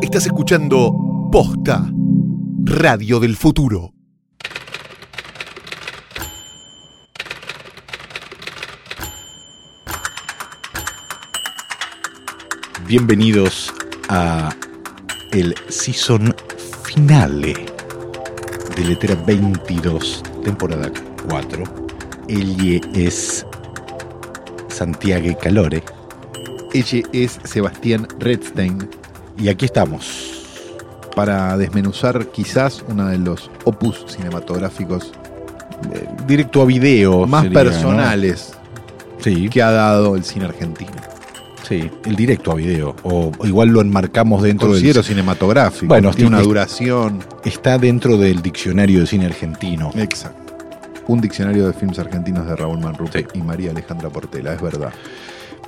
Estás escuchando Posta, Radio del Futuro. Bienvenidos a el season finale de Letera 22, temporada 4. Ella es Santiago Calore. Ella es Sebastián Redstein Y aquí estamos. para desmenuzar quizás uno de los opus cinematográficos Eh, Directo a video. más sería, ¿no? personales Sí, que ha dado el cine argentino. sí. El directo a video. O, o igual lo enmarcamos dentro Considero del. cinematográfico, Bueno, este- tiene una tiene- duración. Está dentro del diccionario de cine argentino. Exacto. Un diccionario de films argentinos de Raúl Manrupe Sí. y María Alejandra Portela, es verdad.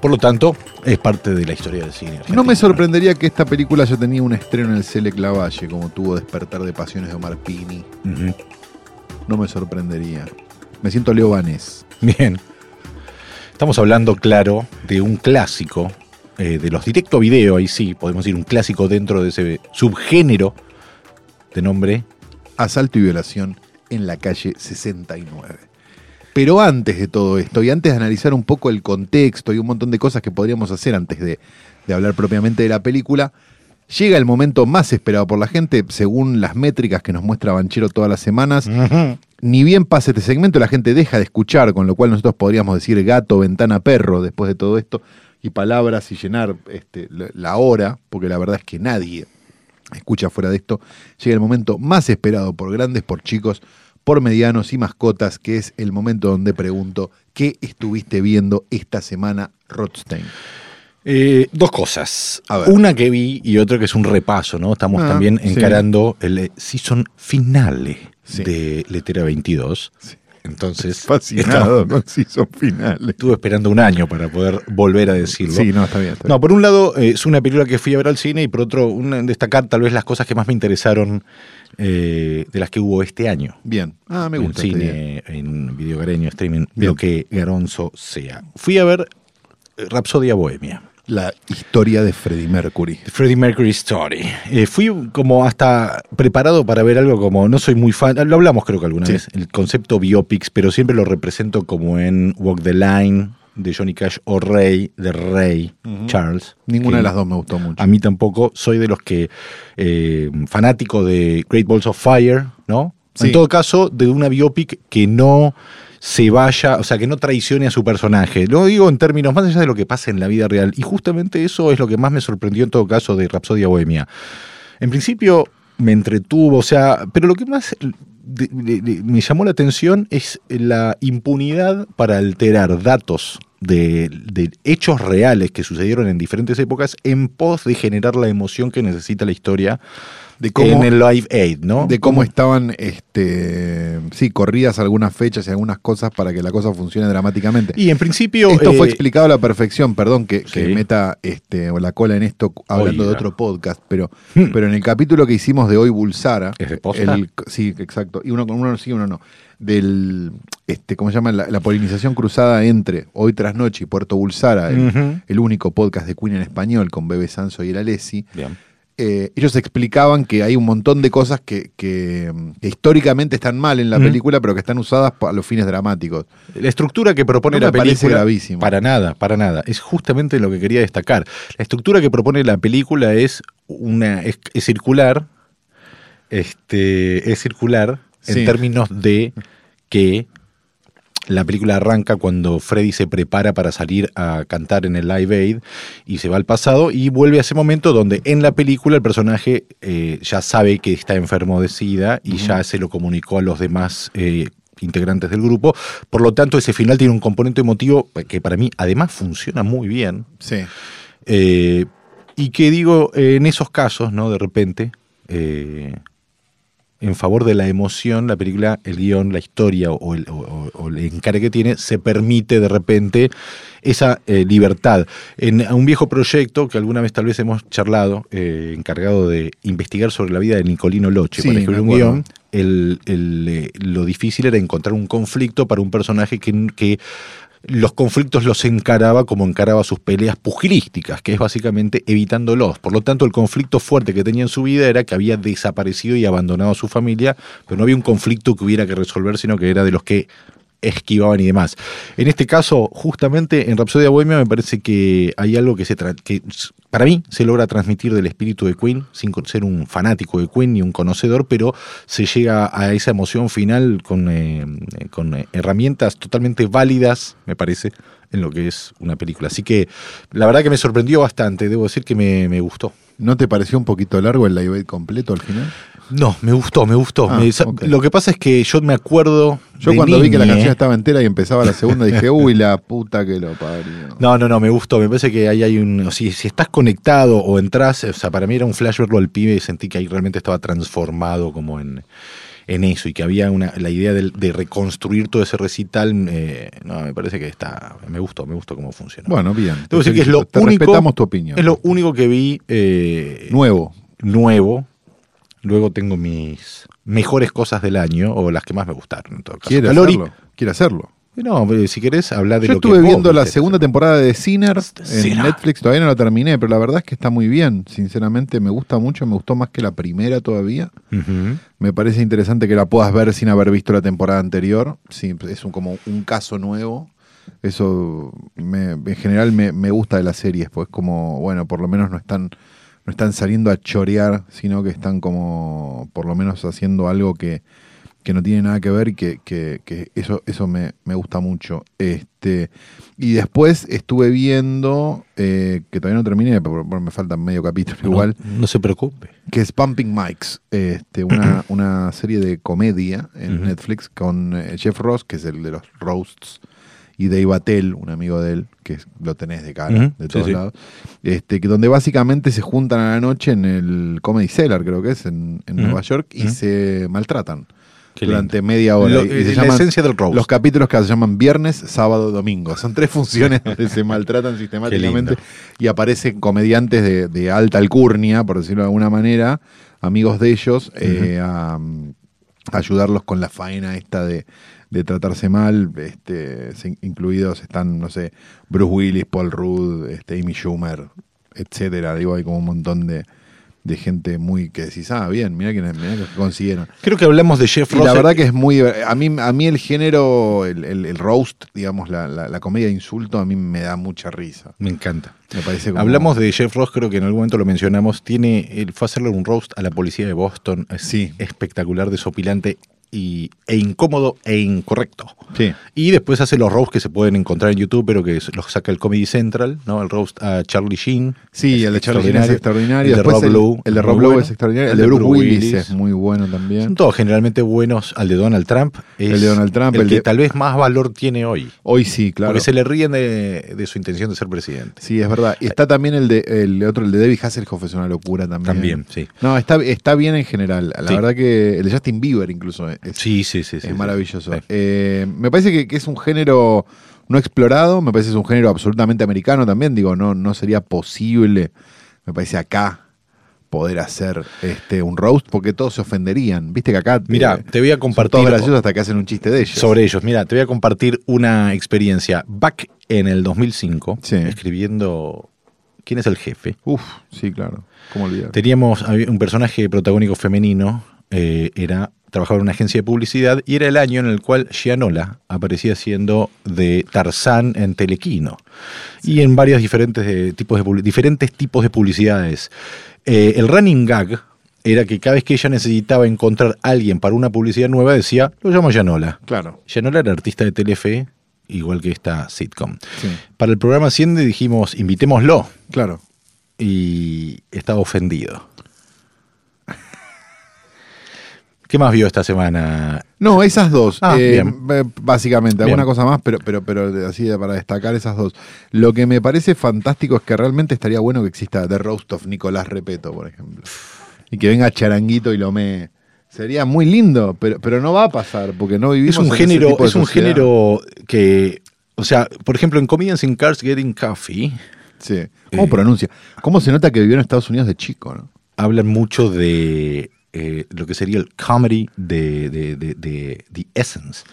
Por lo tanto, es parte de la historia del cine argentino. No me sorprendería que esta película ya tenía un estreno en el Cele Clavalle, como tuvo Despertar de Pasiones de Omar Pini. Ujú. No me sorprendería. Me siento Leo Vanés. Bien. Estamos hablando, claro, de un clásico, eh, de los directo a video, ahí sí, podemos decir un clásico dentro de ese subgénero de nombre. Asalto y violación en la calle 69. Pero antes de todo esto, y antes de analizar un poco el contexto y un montón de cosas que podríamos hacer antes de, de hablar propiamente de la película, llega el momento más esperado por la gente, según las métricas que nos muestra Banchero todas las semanas. Ni bien pasa este segmento, la gente deja de escuchar, con lo cual nosotros podríamos decir gato, ventana, perro después de todo esto, y palabras y llenar este, la- la hora, porque la verdad es que nadie escucha fuera de esto. Llega el momento más esperado por grandes, por chicos, por medianos y mascotas, que es el momento donde pregunto, ¿qué estuviste viendo esta semana, Rothstein? Eh, dos cosas. A ver. Una que vi y otra que es un repaso, ¿no? Estamos Ah, también sí. encarando el eh, season finale Sí. de Letera 22. Sí. Entonces, Fascinado con son finales. estuve esperando un año para poder volver a decirlo. Sí, no, está bien. está bien. No, por un lado eh, es una película que fui a ver al cine y por otro una- destacar tal vez las cosas que más me interesaron eh, de las que hubo este año. Bien. Ah, me gusta. En esta idea. cine, en videogareño, streaming, Bien. lo que Garonzo sea. Fui a ver eh, Rapsodia Bohemia, La historia de Freddie Mercury. de Freddie Mercury Story. Eh, fui como hasta preparado para ver algo como, no soy muy fan, lo hablamos creo que alguna Sí. vez, el concepto biopics, pero siempre lo represento como en Walk the Line de Johnny Cash o Rey, de Rey, Charles. Ninguna que- de las dos me gustó mucho. a mí tampoco. Soy de los que. eh, fanático de Great Balls of Fire, ¿no? Sí. En todo caso, de una biopic que no se vaya, o sea, que no traicione a su personaje. Lo digo en términos más allá de lo que pasa en la vida real. Y justamente eso es lo que más me sorprendió en todo caso de Rapsodia Bohemia. En principio me entretuvo, o sea, pero lo que más de- de- de- me llamó la atención es la impunidad para alterar datos de, de hechos reales que sucedieron en diferentes épocas en pos de generar la emoción que necesita la historia De cómo, en el Live Aid, ¿no? de cómo estaban, este, sí, corridas algunas fechas y algunas cosas para que la cosa funcione dramáticamente. Y en principio... esto fue eh, explicado a la perfección, perdón que, que sí. meta este, la cola en esto hablando de Oiga. otro podcast, pero, Hmm. pero en el capítulo que hicimos de hoy Bulsara, ¿Es de posta? el- sí, exacto, y uno con uno sí, uno no, del, este, ¿cómo se llama? La, la polinización cruzada entre Hoy tras Noche y Puerto Bulsara, el, Ujú. el único podcast de Queen en español con Bebe Sanso y el Alessi, Bien. eh, ellos explicaban que hay un montón de cosas que, que, mm, que históricamente están mal en la Ujú. película, pero que están usadas pa- a los fines dramáticos. La estructura que propone No me la parece película. gravísimo. Para nada, para nada. Es justamente lo que quería destacar. La estructura que propone la película es una. es, es circular. Este. Es circular Sí. en términos de que la película arranca cuando Freddy se prepara para salir a cantar en el Live Aid y se va al pasado y vuelve a ese momento donde en la película el personaje eh, ya sabe que está enfermo de SIDA y ya se lo comunicó a los demás eh, integrantes del grupo. Por lo tanto, ese final tiene un componente emotivo que para mí además funciona muy bien. Sí. Eh, y que digo, eh, en esos casos, ¿no? De repente, eh, en favor de la emoción, la película, el guión, la historia o el, o- o- o el encargue que tiene, se permite de repente esa eh, libertad. En un viejo proyecto que alguna vez tal vez hemos charlado, eh, encargado de investigar sobre la vida de Nicolino Loche Sí, para me escribir un acuerdo. guión, el- el, eh, lo difícil era encontrar un conflicto para un personaje que, que los conflictos los encaraba como encaraba sus peleas pugilísticas, que es básicamente evitándolos. Por lo tanto, el conflicto fuerte que tenía en su vida era que había desaparecido y abandonado a su familia, pero no había un conflicto que hubiera que resolver, sino que era de los que esquivaban y demás. En este caso, justamente en Rapsodia Bohemia me parece que eh, hay algo que se tra- que s- para mí se logra transmitir del espíritu de Queen, sin con- ser un fanático de Queen ni un conocedor, pero se llega a esa emoción final con, eh, eh, con eh, herramientas totalmente válidas, me parece, en lo que es una película. Así que la verdad que me sorprendió bastante, debo decir que me, me gustó. ¿No te pareció un poquito largo el live aid completo al final? No, me gustó, me gustó. Ah, Me- sa- ok. Lo que pasa es que yo me acuerdo. Yo de eh, cuando vi que la niñe- canción estaba entera y empezaba la segunda dije, uy, la puta que lo parió. No, no, no, me gustó. Me parece que ahí hay un. o Si, si estás conectado o entras, o sea, para mí era un flash verlo al pibe y sentí que ahí realmente estaba transformado como en, en eso y que había una, la idea del- de, reconstruir todo ese recital. eh, no, me parece que está. Me gustó, me gustó cómo funcionó. Bueno, bien. Debo decir que es lo Te único- respetamos tu opinión. es lo único que vi eh, nuevo. nuevo. Luego tengo mis mejores cosas del año o las que más me gustaron en todo caso. Quiere Calori- hacerlo. Quiere hacerlo. No, eh, si querés hablar de Yo lo que estuve vos viendo la viste. segunda temporada de Sinner en Sinner. Netflix, todavía no la terminé, pero la verdad es que está muy bien. Sinceramente me gusta mucho, me gustó más que la primera todavía. Ujú. Me parece interesante que la puedas ver sin haber visto la temporada anterior. Sí, es un, como un caso nuevo. Eso me- en general me, me gusta de las series, pues como, bueno, por lo menos no están, no están saliendo a chorear, sino que están como, por lo menos haciendo algo que, que no tiene nada que ver y que, que- que eso, eso me, me gusta mucho. Este, y después estuve viendo, eh, que todavía no terminé, pero pero me faltan medio capítulo igual No, no se preocupe. que es Pumping Mikes, este, una, una serie de comedia en Ujú. Netflix con eh, Jeff Ross, que es el de los roasts, y Dave Attell, un amigo de él, que es- lo tenés de cara, Ujú, de sí, todos sí. lados, este, que donde básicamente se juntan a la noche en el Comedy Cellar, creo que es, en, en Ujú, Nueva York, y ujú. se maltratan Qué durante media hora. Lo- eh, y- y se la llaman- esencia del roast. los capítulos que se llaman viernes, sábado, domingo. Son tres funciones donde se maltratan sistemáticamente Qué lindo. y aparecen comediantes de, de alta alcurnia, por decirlo de alguna manera, amigos de ellos, eh, a, mm, ayudarlos con la faena esta de, de tratarse mal. Este, se- incluidos están, no sé, Bruce Willis, Paul Rudd, este, Amy Schumer, etcétera. Digo, hay como un montón de, de gente muy que decís, ah, bien, mira quiénes mirá los que consiguieron. Creo que hablamos de Jeff Y la Ross. verdad que es muy. diver- A mí, a mí el género, el, el- el roast, digamos, la, la- la comedia de insulto, a mí me da mucha risa. Me encanta. Me parece como- Hablamos de Jeff Ross, creo que en algún momento lo mencionamos. Tiene, él fue a hacerle un roast a la policía de Boston. Es Sí. espectacular, desopilante y, e incómodo e incorrecto. Sí. Y después hace los roasts que se pueden encontrar en YouTube, pero que es- los saca el Comedy Central, ¿no? El roast a Charlie Sheen. Sí, Es el de Charlie Sheen es extraordinario. El de Después Rob el- Lowe. El de es Rob muy Lowe bueno. es extraordinario. El de Bruce Willis, es muy bueno Son también. todos generalmente buenos. Al de Donald Trump. es El de Donald Trump, El, el que de- tal vez más valor tiene hoy. Hoy sí, claro. Porque se le ríen de, de su intención de ser presidente. Sí, es verdad. Y está también el de el otro, el de David Hasselhoff, es una locura también. También, sí. No, está, está bien en general. La Sí. verdad que el de Justin Bieber incluso es, Sí, sí, sí. sí, es sí. maravilloso. Sí. Eh, me parece que, que es un género no explorado, me parece que es un género absolutamente americano también. Digo, no, no sería posible, me parece acá, poder hacer este un roast porque todos se ofenderían. Viste que acá. eh, Mira, te voy a son compartir Todos graciosos hasta que hacen un chiste de ellos. sobre ellos. Mira, te voy a compartir una experiencia. Back en el 2005, Sí. escribiendo ¿Quién es el jefe? Uf, sí, claro. ¿Cómo olvidar? Teníamos había un personaje protagónico femenino, eh, era trabajaba en una agencia de publicidad y era el año en el cual Gianola aparecía siendo de Tarzán en Telequino y en varios diferentes de- tipos de publi- diferentes tipos de publicidades. Eh, el running gag era que cada vez que ella necesitaba encontrar a alguien para una publicidad nueva decía, lo llamo Gianola. Claro. Gianola era artista de Telefe, igual que esta sitcom. Sí, Para el programa 100 dijimos, invitémoslo claro. y estaba ofendido. ¿Qué más vio esta semana? No, esas dos, Ah, eh, bien. b- básicamente, Bien. alguna cosa más, pero, pero, pero así de- para destacar esas dos. Lo que me parece fantástico es que realmente estaría bueno que exista The Roast of Nicolás Repeto, por ejemplo. Y que venga Charanguito y lo me. Sería muy lindo, pero, pero no va a pasar, porque no vivimos Es un en ese género, tipo de es un sociedad. género que, o sea, por ejemplo, en Comedians in Cars Getting Coffee Sí. ¿Cómo Eh. pronuncia? ¿Cómo se nota que vivió en Estados Unidos de chico, no? hablan mucho de eh, lo que sería el comedy de, de- de- de- The Essence.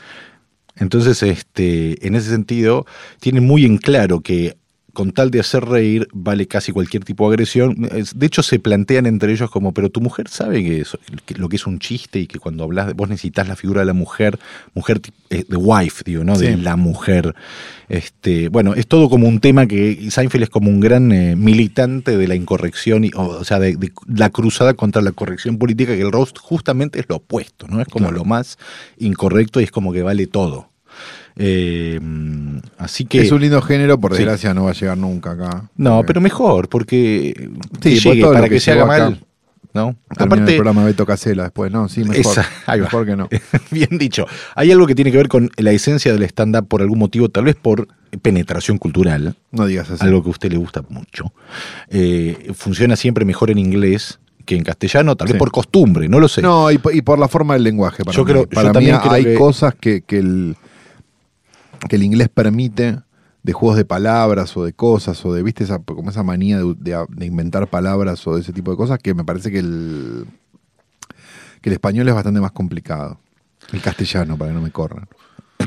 Entonces, este, en ese sentido, tiene muy en claro que con tal de hacer reír vale casi cualquier tipo de agresión. Es- De hecho, se plantean entre ellos como, pero tu mujer sabe que, eso- que lo que es un chiste y que cuando hablas de, vos necesitas la figura de la mujer, mujer ti- eh, de wife, digo, ¿no? De Sí. la mujer. Este, bueno, es todo como un tema que Seinfeld es como un gran eh, militante de la incorrección, y, o, o sea, de, de la cruzada contra la corrección política, que el roast justamente es lo opuesto, ¿no? Es como Claro. lo más incorrecto y es como que vale todo. Eh, así que... Es un lindo género, por Sí. desgracia no va a llegar nunca acá. No, Porque pero mejor, porque que Sí, pues llegue, todo lo para que, que se haga llegó acá. mal. ¿no? termina el programa Beto Casela después, no, sí, mejor. Esa- ahí va. Mejor que no. bien dicho, hay algo que tiene que ver con la esencia del stand-up por algún motivo, tal vez por penetración cultural, No digas así. algo que a usted le gusta mucho. Eh, funciona siempre mejor en inglés que en castellano, tal vez Sí. por costumbre, no lo sé. No, y, po- y por la forma del lenguaje. Para Yo mí, creo- yo Para mí también creo hay que- cosas que, que el, que el inglés permite de juegos de palabras o de cosas o de, viste, esa, como esa manía de, de- de inventar palabras o de ese tipo de cosas que me parece que el, que el español es bastante más complicado. El castellano, para que no me corran.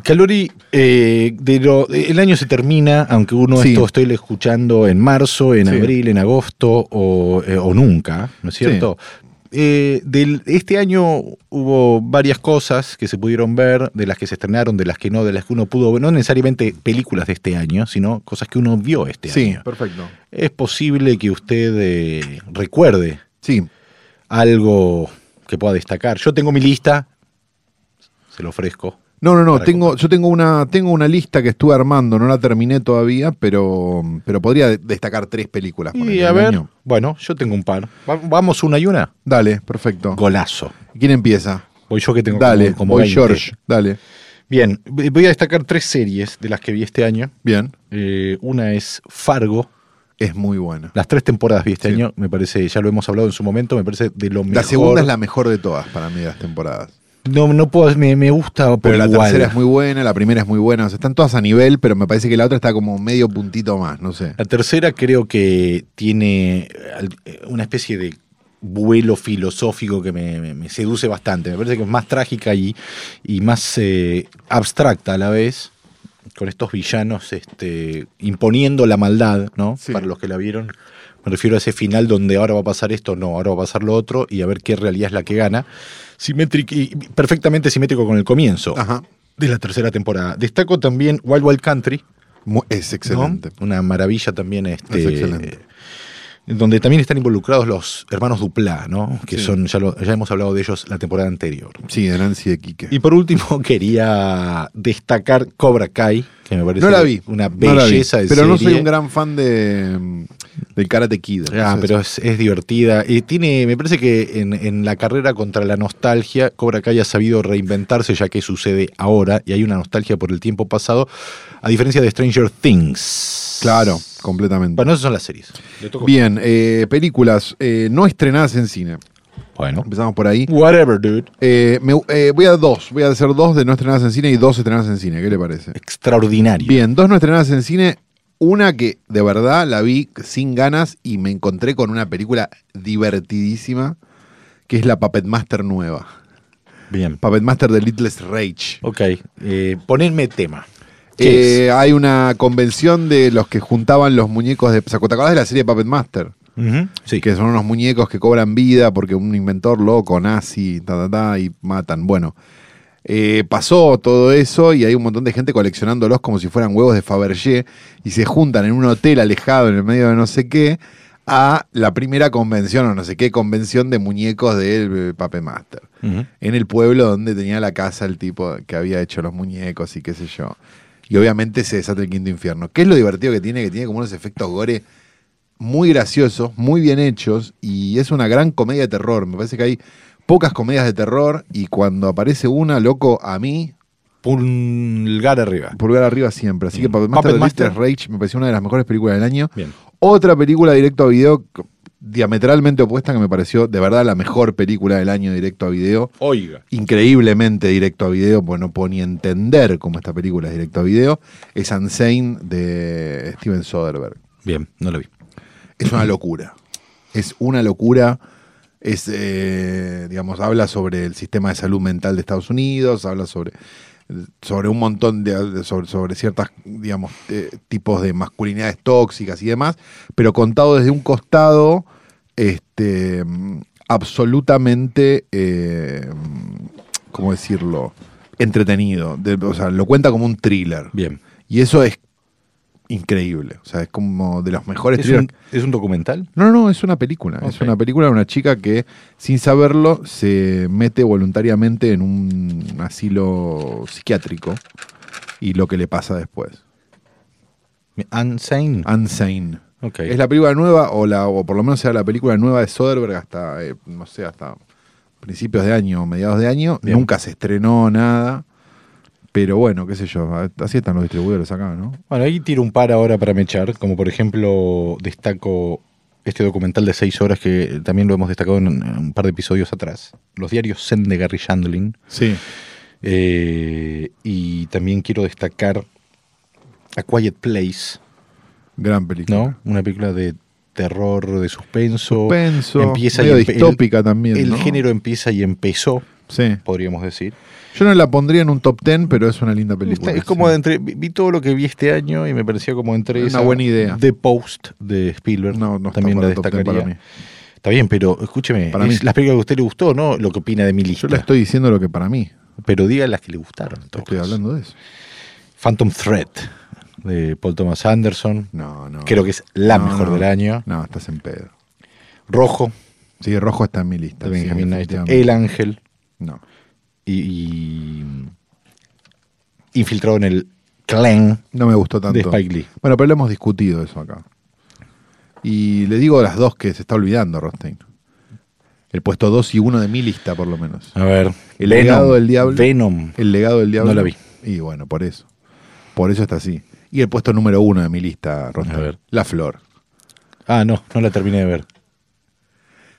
Calori, eh, de lo- el año se termina, aunque uno Sí. esto estoy escuchando en marzo, en Sí. abril, en agosto o, eh, o nunca, ¿no es cierto? Eh, del, este año hubo varias cosas que se pudieron ver, de las que se estrenaron, de las que no, de las que uno pudo ver, no necesariamente películas de este año, sino cosas que uno vio este año. perfecto. Es posible que usted eh, recuerde Sí, algo que pueda destacar. Yo tengo mi lista, se lo ofrezco. No, no, no, para tengo, yo tengo una, tengo una lista que estuve armando, no la terminé todavía, pero, pero podría de- destacar tres películas. Y ponele, a del ver, año. bueno, yo tengo un par. Va- Vamos una y una. Dale, perfecto. Golazo. ¿Quién empieza? Voy yo que tengo Dale, como, como voy 20. George. Dale, Bien, v- voy a destacar tres series de las que vi este año. bien. Eh, una es Fargo. Es muy buena. Las tres temporadas vi este Sí. año. Me parece, ya lo hemos hablado en su momento, me parece de lo mejor. La segunda es la mejor de todas para mí de las temporadas. No, no puedo, me, me gusta por Pero la igual. tercera es muy buena, la primera es muy buena. O sea, están todas a nivel, pero me parece que la otra está como medio puntito más, no sé. La tercera creo que tiene al- eh, una especie de vuelo filosófico que me, me- me seduce bastante. Me parece que es más trágica y, y más eh, abstracta a la vez, con estos villanos este, imponiendo la maldad, ¿no? Sí. Para los que la vieron. Me refiero a ese final donde ahora va a pasar esto, no, ahora va a pasar lo otro, y a ver qué realidad es la que gana. Simétrico, y perfectamente simétrico con el comienzo Ajá. de la tercera temporada. Destaco también Wild Wild Country, Mu- Es excelente. ¿no? Una maravilla también. Este, Es excelente. Donde también están involucrados los hermanos Duplá, ¿no? Que Sí. son, ya, lo- ya hemos hablado de ellos la temporada anterior. Sí, de Nancy de Quique. Y por último, quería destacar Cobra Kai, que me parece no la vi. una no la vi, belleza de Pero no soy serie. un gran fan de, mm, del Karate Kid. Ah, entonces- pero es, es divertida. Y tiene, me parece que en, en la carrera contra la nostalgia, Cobra Kai ha sabido reinventarse ya que sucede ahora y hay una nostalgia por el tiempo pasado, a diferencia de Stranger Things. Claro, completamente. Bueno, esas son las series. Le toco- Bien, eh, películas eh, no estrenadas en cine. Bueno. Empezamos por ahí. Whatever, dude. Eh, me- eh, voy a dos. Voy a hacer dos de no estrenadas en cine y dos estrenadas en cine. ¿Qué le parece? Extraordinario. Bien, dos no estrenadas en cine. Una que de verdad la vi sin ganas y me encontré con una película divertidísima, que es la Puppet Master nueva. Bien. Puppet Master de Littlest Rage. Ok. Eh, ponerme tema. ¿Qué Eh, hay una convención de los que juntaban los muñecos de... ¿Te acordás de la serie Puppet Master? es? Ujú, Sí. que son unos muñecos que cobran vida porque un inventor loco, nazi, ta, ta, ta, y matan. Bueno, eh, pasó todo eso y hay un montón de gente coleccionándolos como si fueran huevos de Fabergé y se juntan en un hotel alejado en el medio de no sé qué a la primera convención o no sé qué convención de muñecos del eh, Puppet Master Ujú. en el pueblo donde tenía la casa el tipo que había hecho los muñecos y qué sé yo. Y obviamente se desata el quinto infierno. ¿Qué es lo divertido que tiene? Que tiene como unos efectos gore muy graciosos, muy bien hechos y es una gran comedia de terror. Me parece que hay pocas comedias de terror y cuando aparece una, loco, a mí, Pulgar arriba. pulgar arriba siempre. Así que Mm. Puppet Master, Puppet de Master. Little Rage me pareció una de las mejores películas del año. Bien. Otra película directo a video diametralmente opuesta que me pareció de verdad la mejor película del año directo a video Oiga. increíblemente directo a video, porque no puedo ni entender cómo esta película es directo a video, es Unsane de Steven Soderbergh. Bien, no lo vi. Es una locura. Es una locura. Es, eh, digamos, habla sobre el sistema de salud mental de Estados Unidos, habla sobre sobre un montón de, de- sobre, sobre ciertas, digamos, eh, tipos de masculinidades tóxicas y demás, pero contado desde un costado este, mm, absolutamente, eh, mm, ¿cómo decirlo? Entretenido. De- o sea, lo cuenta como un thriller. Bien. Y eso es increíble. O sea, es como de los mejores ¿Es thrillers. un, es un documental? No, no, es una película. Es Ok. una película de una chica que, sin saberlo, se mete voluntariamente en un asilo psiquiátrico y lo que le pasa después. Unsane. Unsane. Ah, ok. Es la película nueva, o, la, o por lo menos era la película nueva de Soderbergh hasta, eh, no sé, hasta principios de año o mediados de año. Bien. Nunca se estrenó nada. Pero bueno, qué sé yo. Así están los distribuidores acá, ¿no? Bueno, ahí tiro un par ahora para mechar, como por ejemplo destaco este documental de seis horas que también lo hemos destacado en en un par de episodios atrás, Los diarios Zen de Gary Shandling. Sí. Eh, y también quiero destacar A Quiet Place, Gran película. ¿no? Una película de terror, de suspenso. Suspenso, empieza medio y empe- distópica también, El ¿no? género empieza y empezó, Sí. podríamos decir. Yo no la pondría en un top 10, pero es una linda película. Está- es como sí. entre, vi vi todo lo que vi este año y me parecía como entre Una esa- buena idea. The Post de Spielberg. No, no está también para la el top 10 destacaría. para mí. Está bien, pero escúcheme, Para es mí. las películas que a usted le gustó, ¿no? Lo que opina de mi lista. Yo le estoy diciendo lo que para mí. Pero diga las que le gustaron. en todo Estoy caso. hablando de eso. Phantom Thread de Paul Thomas Anderson. No, no. Creo que es la No, mejor no. del año. No, estás en pedo. Rojo Sí, rojo está en mi lista. de sí, Benjamin Knight. definitivamente. este. El Ángel. No. Y, y- Infiltrado en el Clan. No me gustó tanto. De Spike Lee. Bueno, pero lo hemos discutido eso acá. Y le digo las dos que se está olvidando, Rostein. El puesto 2 y 1 de mi lista, por lo menos. A ver. El legado del diablo. Venom. El legado del diablo. No la vi. Y bueno, por eso. Por eso está así. Y el puesto número uno de mi lista, Rostein. A ver. La flor. Ah, no, no la terminé de ver.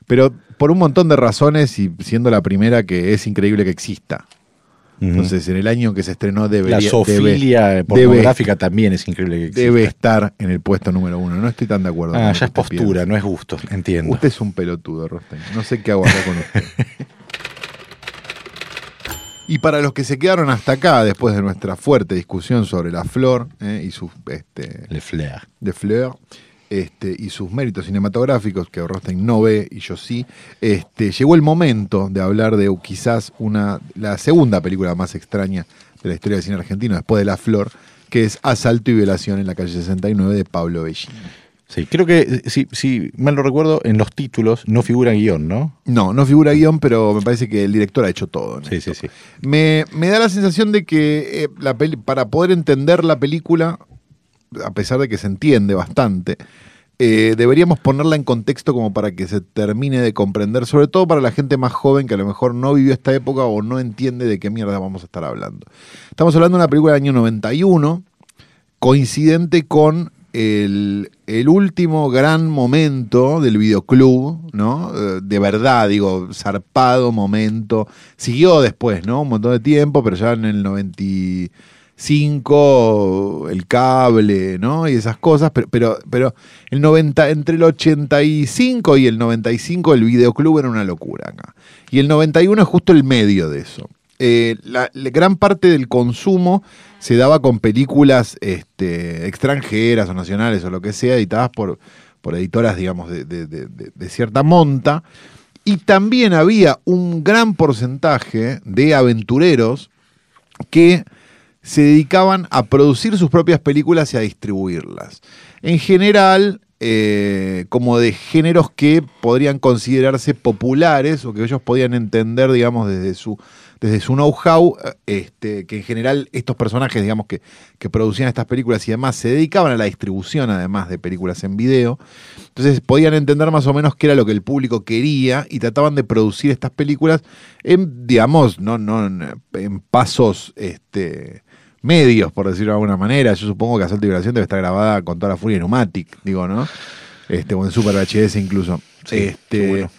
Pero por un montón de razones y siendo la primera que es increíble que exista. Ujú. Entonces, en el año que se estrenó debería, la sofilia debe, pornográfica también es increíble que debe, exista. debe estar en el puesto número uno. No estoy tan de acuerdo. con Ah, lo ya es que usted postura, piensa. no es gusto, entiendo. Usted es un pelotudo, Rostein. No sé qué hago acá con usted. Y para los que se quedaron hasta acá, después de nuestra fuerte discusión sobre la flor eh, y sus este, Le flea. de Fleur este, y sus méritos cinematográficos, que Rostein no ve y yo sí, este, llegó el momento de hablar de quizás una, la segunda película más extraña de la historia del cine argentino, después de La Flor, que es Asalto y Violación en la calle 69 de Pablo Bellini. Sí, creo que, eh, si, si mal lo recuerdo, en los títulos no figura guión, ¿no? No, no figura guión, pero me parece que el director ha hecho todo. en Sí, esto. sí, sí. Me, me da la sensación de que eh, la peli- para poder entender la película, a pesar de que se entiende bastante, eh, deberíamos ponerla en contexto como para que se termine de comprender, sobre todo para la gente más joven que a lo mejor no vivió esta época o no entiende de qué mierda vamos a estar hablando. Estamos hablando de una película del año 91, coincidente con el, el último gran momento del videoclub, ¿no? Eh, De verdad, digo, zarpado momento. Siguió después, ¿no? Un montón de tiempo, pero ya en el 95, el cable, ¿no? Y esas cosas, pero, pero, pero el 90, entre el 85 y el 95 el videoclub era una locura acá. Y el 91 es justo el medio de eso. Eh, la, la gran parte del consumo se daba con películas este, extranjeras o nacionales o lo que sea, editadas por, por editoras, digamos, de, de- de- de- de cierta monta. Y también había un gran porcentaje de aventureros que se dedicaban a producir sus propias películas y a distribuirlas. En general, eh, como de géneros que podrían considerarse populares o que ellos podían entender, digamos, desde su, desde su know-how, eh, este, que en general estos personajes, digamos, que, que producían estas películas y demás, se dedicaban a la distribución, además de películas en video. Entonces podían entender más o menos qué era lo que el público quería y trataban de producir estas películas en, digamos, no, no, en, en pasos este, medios, por decirlo de alguna manera. Yo supongo que Asalto y Violación debe estar grabada con toda la furia de Pneumatic, digo, ¿no? Este, o en Super HDS incluso. Sí, este, seguro.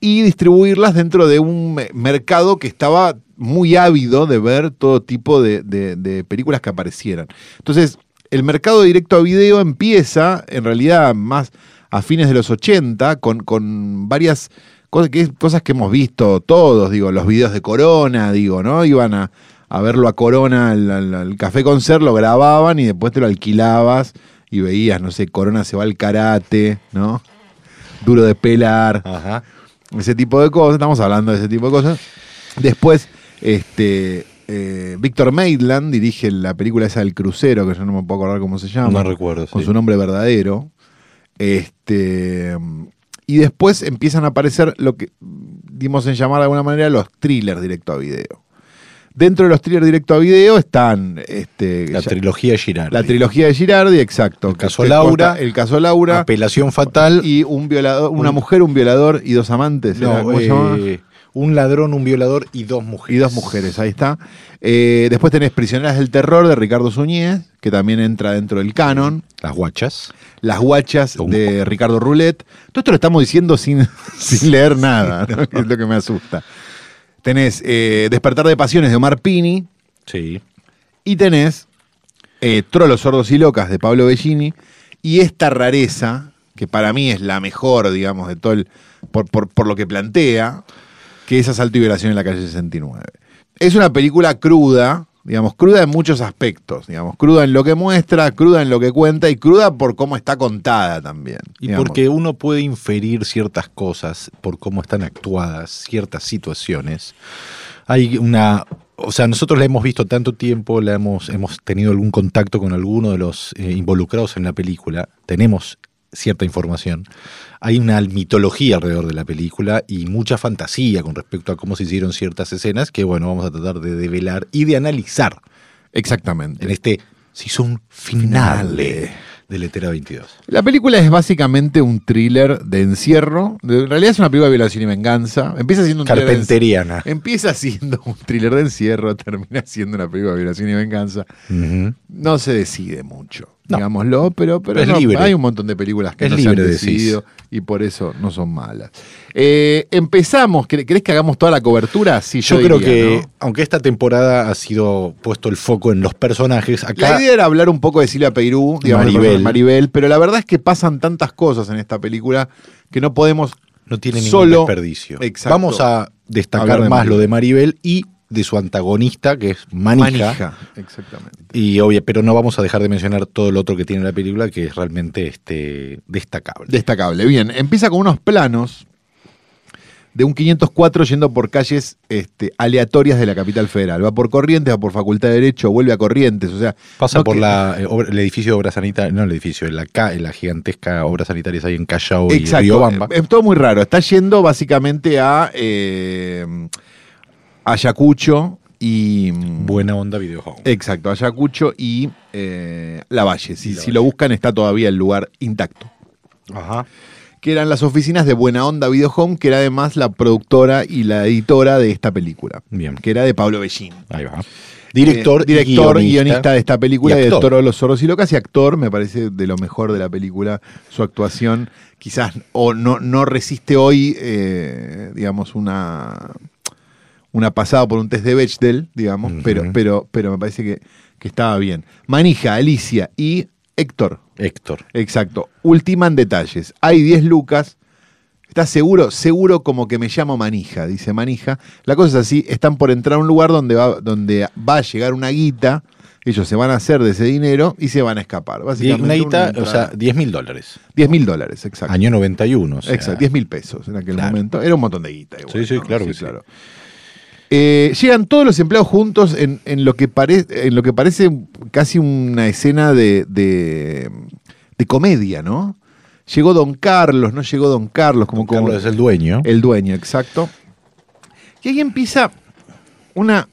Y distribuirlas dentro de un me- mercado que estaba muy ávido de ver todo tipo de, de- de películas que aparecieran. Entonces, el mercado directo a video empieza, en realidad, más a fines de los 80, con, con varias cosas que, cosas que hemos visto todos, digo, los videos de Corona, digo, ¿no? Iban a, a verlo a Corona, al, al- al Café Concert, lo grababan y después te lo alquilabas y veías, no sé, Corona se va al karate, ¿no? Duro de pelar Ajá. ese tipo de cosas, estamos hablando de ese tipo de cosas. Después, este, eh, Víctor Maitland dirige la película esa del crucero, que yo no me puedo acordar cómo se llama. No recuerdo, Con sí. su nombre verdadero. Este, y después empiezan a aparecer lo que dimos en llamar de alguna manera los thrillers directo a video. Dentro de los thrillers directo a video están este, La ya- trilogía Girardi. la trilogía de Girardi, exacto. El que caso te Laura. Ah, corta el caso Laura Apelación fatal. y un violador, una Un- mujer, un violador y dos amantes. No, ¿era? ¿Cómo se eh, llamaba? un ladrón, un violador y dos mujeres. Y dos mujeres, ahí está. Eh, después tenés Prisioneras del Terror de Ricardo Suñez, que también entra dentro del canon. Las guachas. Las guachas Tum. de Ricardo Roulette. Todo esto lo estamos diciendo sin, sin leer nada, ¿no? Que es lo que me asusta. Tenés eh, Despertar de Pasiones de Omar Pini Sí. y tenés eh, Trolos, Sordos y Locas de Pablo Bellini. Y esta rareza, que para mí es la mejor, digamos, de todo el. por, por- por lo que plantea, que es Asalto y Violación en la calle 69. Es una película cruda, digamos, cruda en muchos aspectos, digamos, cruda en lo que muestra, cruda en lo que cuenta y cruda por cómo está contada también. Y digamos. porque uno puede inferir ciertas cosas por cómo están actuadas ciertas situaciones. Hay una. O sea, nosotros la hemos visto tanto tiempo, la hemos, hemos tenido algún contacto con alguno de los eh, involucrados en la película, tenemos cierta información. Hay una mitología alrededor de la película y mucha fantasía con respecto a cómo se hicieron ciertas escenas que, bueno, vamos a tratar de develar y de analizar Exactamente. en este. Si hizo un finale de Letera 22. La película es básicamente un thriller de encierro. De- En realidad es una película de violación y venganza. Empieza siendo un thriller de encierro. Carpenteriana. Empieza siendo un thriller de encierro, termina siendo una película de violación y venganza. Ujú. No se decide mucho, No. digámoslo, pero, pero Es no, libre. hay un montón de películas que Es no se libre, han decís. decidido y por eso no son malas. Eh, empezamos, ¿Cre- ¿querés que hagamos toda la cobertura? Sí, Yo yo, creo diría, que, ¿no? aunque esta temporada ha sido puesto el foco en los personajes, acá La idea era hablar un poco de Silvia Peirú, digamos, de Maribel. Maribel, pero la verdad es que pasan tantas cosas en esta película que no podemos no tiene ningún solo- desperdicio. Exacto. Vamos a destacar Hablar de más lo de Maribel y de su antagonista, que es Manija. Exactamente. Y obvio, pero no vamos a dejar de mencionar todo lo otro que tiene la película, que es realmente este, destacable. Destacable. Bien, empieza con unos planos de un 504 yendo por calles este, aleatorias de la capital federal. Va por Corrientes, va por Facultad de Derecho, vuelve a Corrientes. O sea, Pasa no por que- la, eh, obra- el edificio de obra sanitaria, no el edificio, la, ca- la gigantesca obra sanitaria ahí en Callao y Exacto. Eh, Riobamba. Es todo muy raro. Está yendo básicamente a eh, Ayacucho y. Buena onda videojuego. Exacto, Ayacucho y eh, Lavalle. Si, Y Lavalle. si lo buscan, está todavía el lugar intacto. Ajá. que eran las oficinas de Buena Onda Video Home, que era además la productora y la editora de esta película, Bien. que era de Pablo Bellini. Ahí va. Director, Eh, director y guionista. de esta película, y de actor. Toro los Zorros y Locas, y actor, me parece de lo mejor de la película, su actuación, quizás, o no, no resiste hoy, eh, digamos, una, una pasada por un test de Bechdel, digamos, Ujú. pero, pero, pero me parece que, que estaba bien. Manija, Alicia y Héctor, Héctor. Exacto. Ultiman detalles. Hay 10 lucas. ¿Estás seguro? Seguro como que me llamo Manija, dice Manija. La cosa es así, están por entrar a un lugar donde va, donde va a llegar una guita, ellos se van a hacer de ese dinero y se van a escapar. Die- Básicamente Una guita, entrada. o sea, 10 mil dólares. 10 mil dólares, exacto. Año 91. O sea, exacto, 10 mil pesos en aquel Claro. momento. Era un montón de guita. igual, Sí, sí, ¿no? claro que sí. Eh, llegan todos los empleados juntos en, en lo que pare- en lo que parece casi una escena de, de, de comedia, ¿no? Llegó Don Carlos, no llegó Don Carlos, como, como Carlos es el dueño. el dueño, exacto. Y ahí empieza una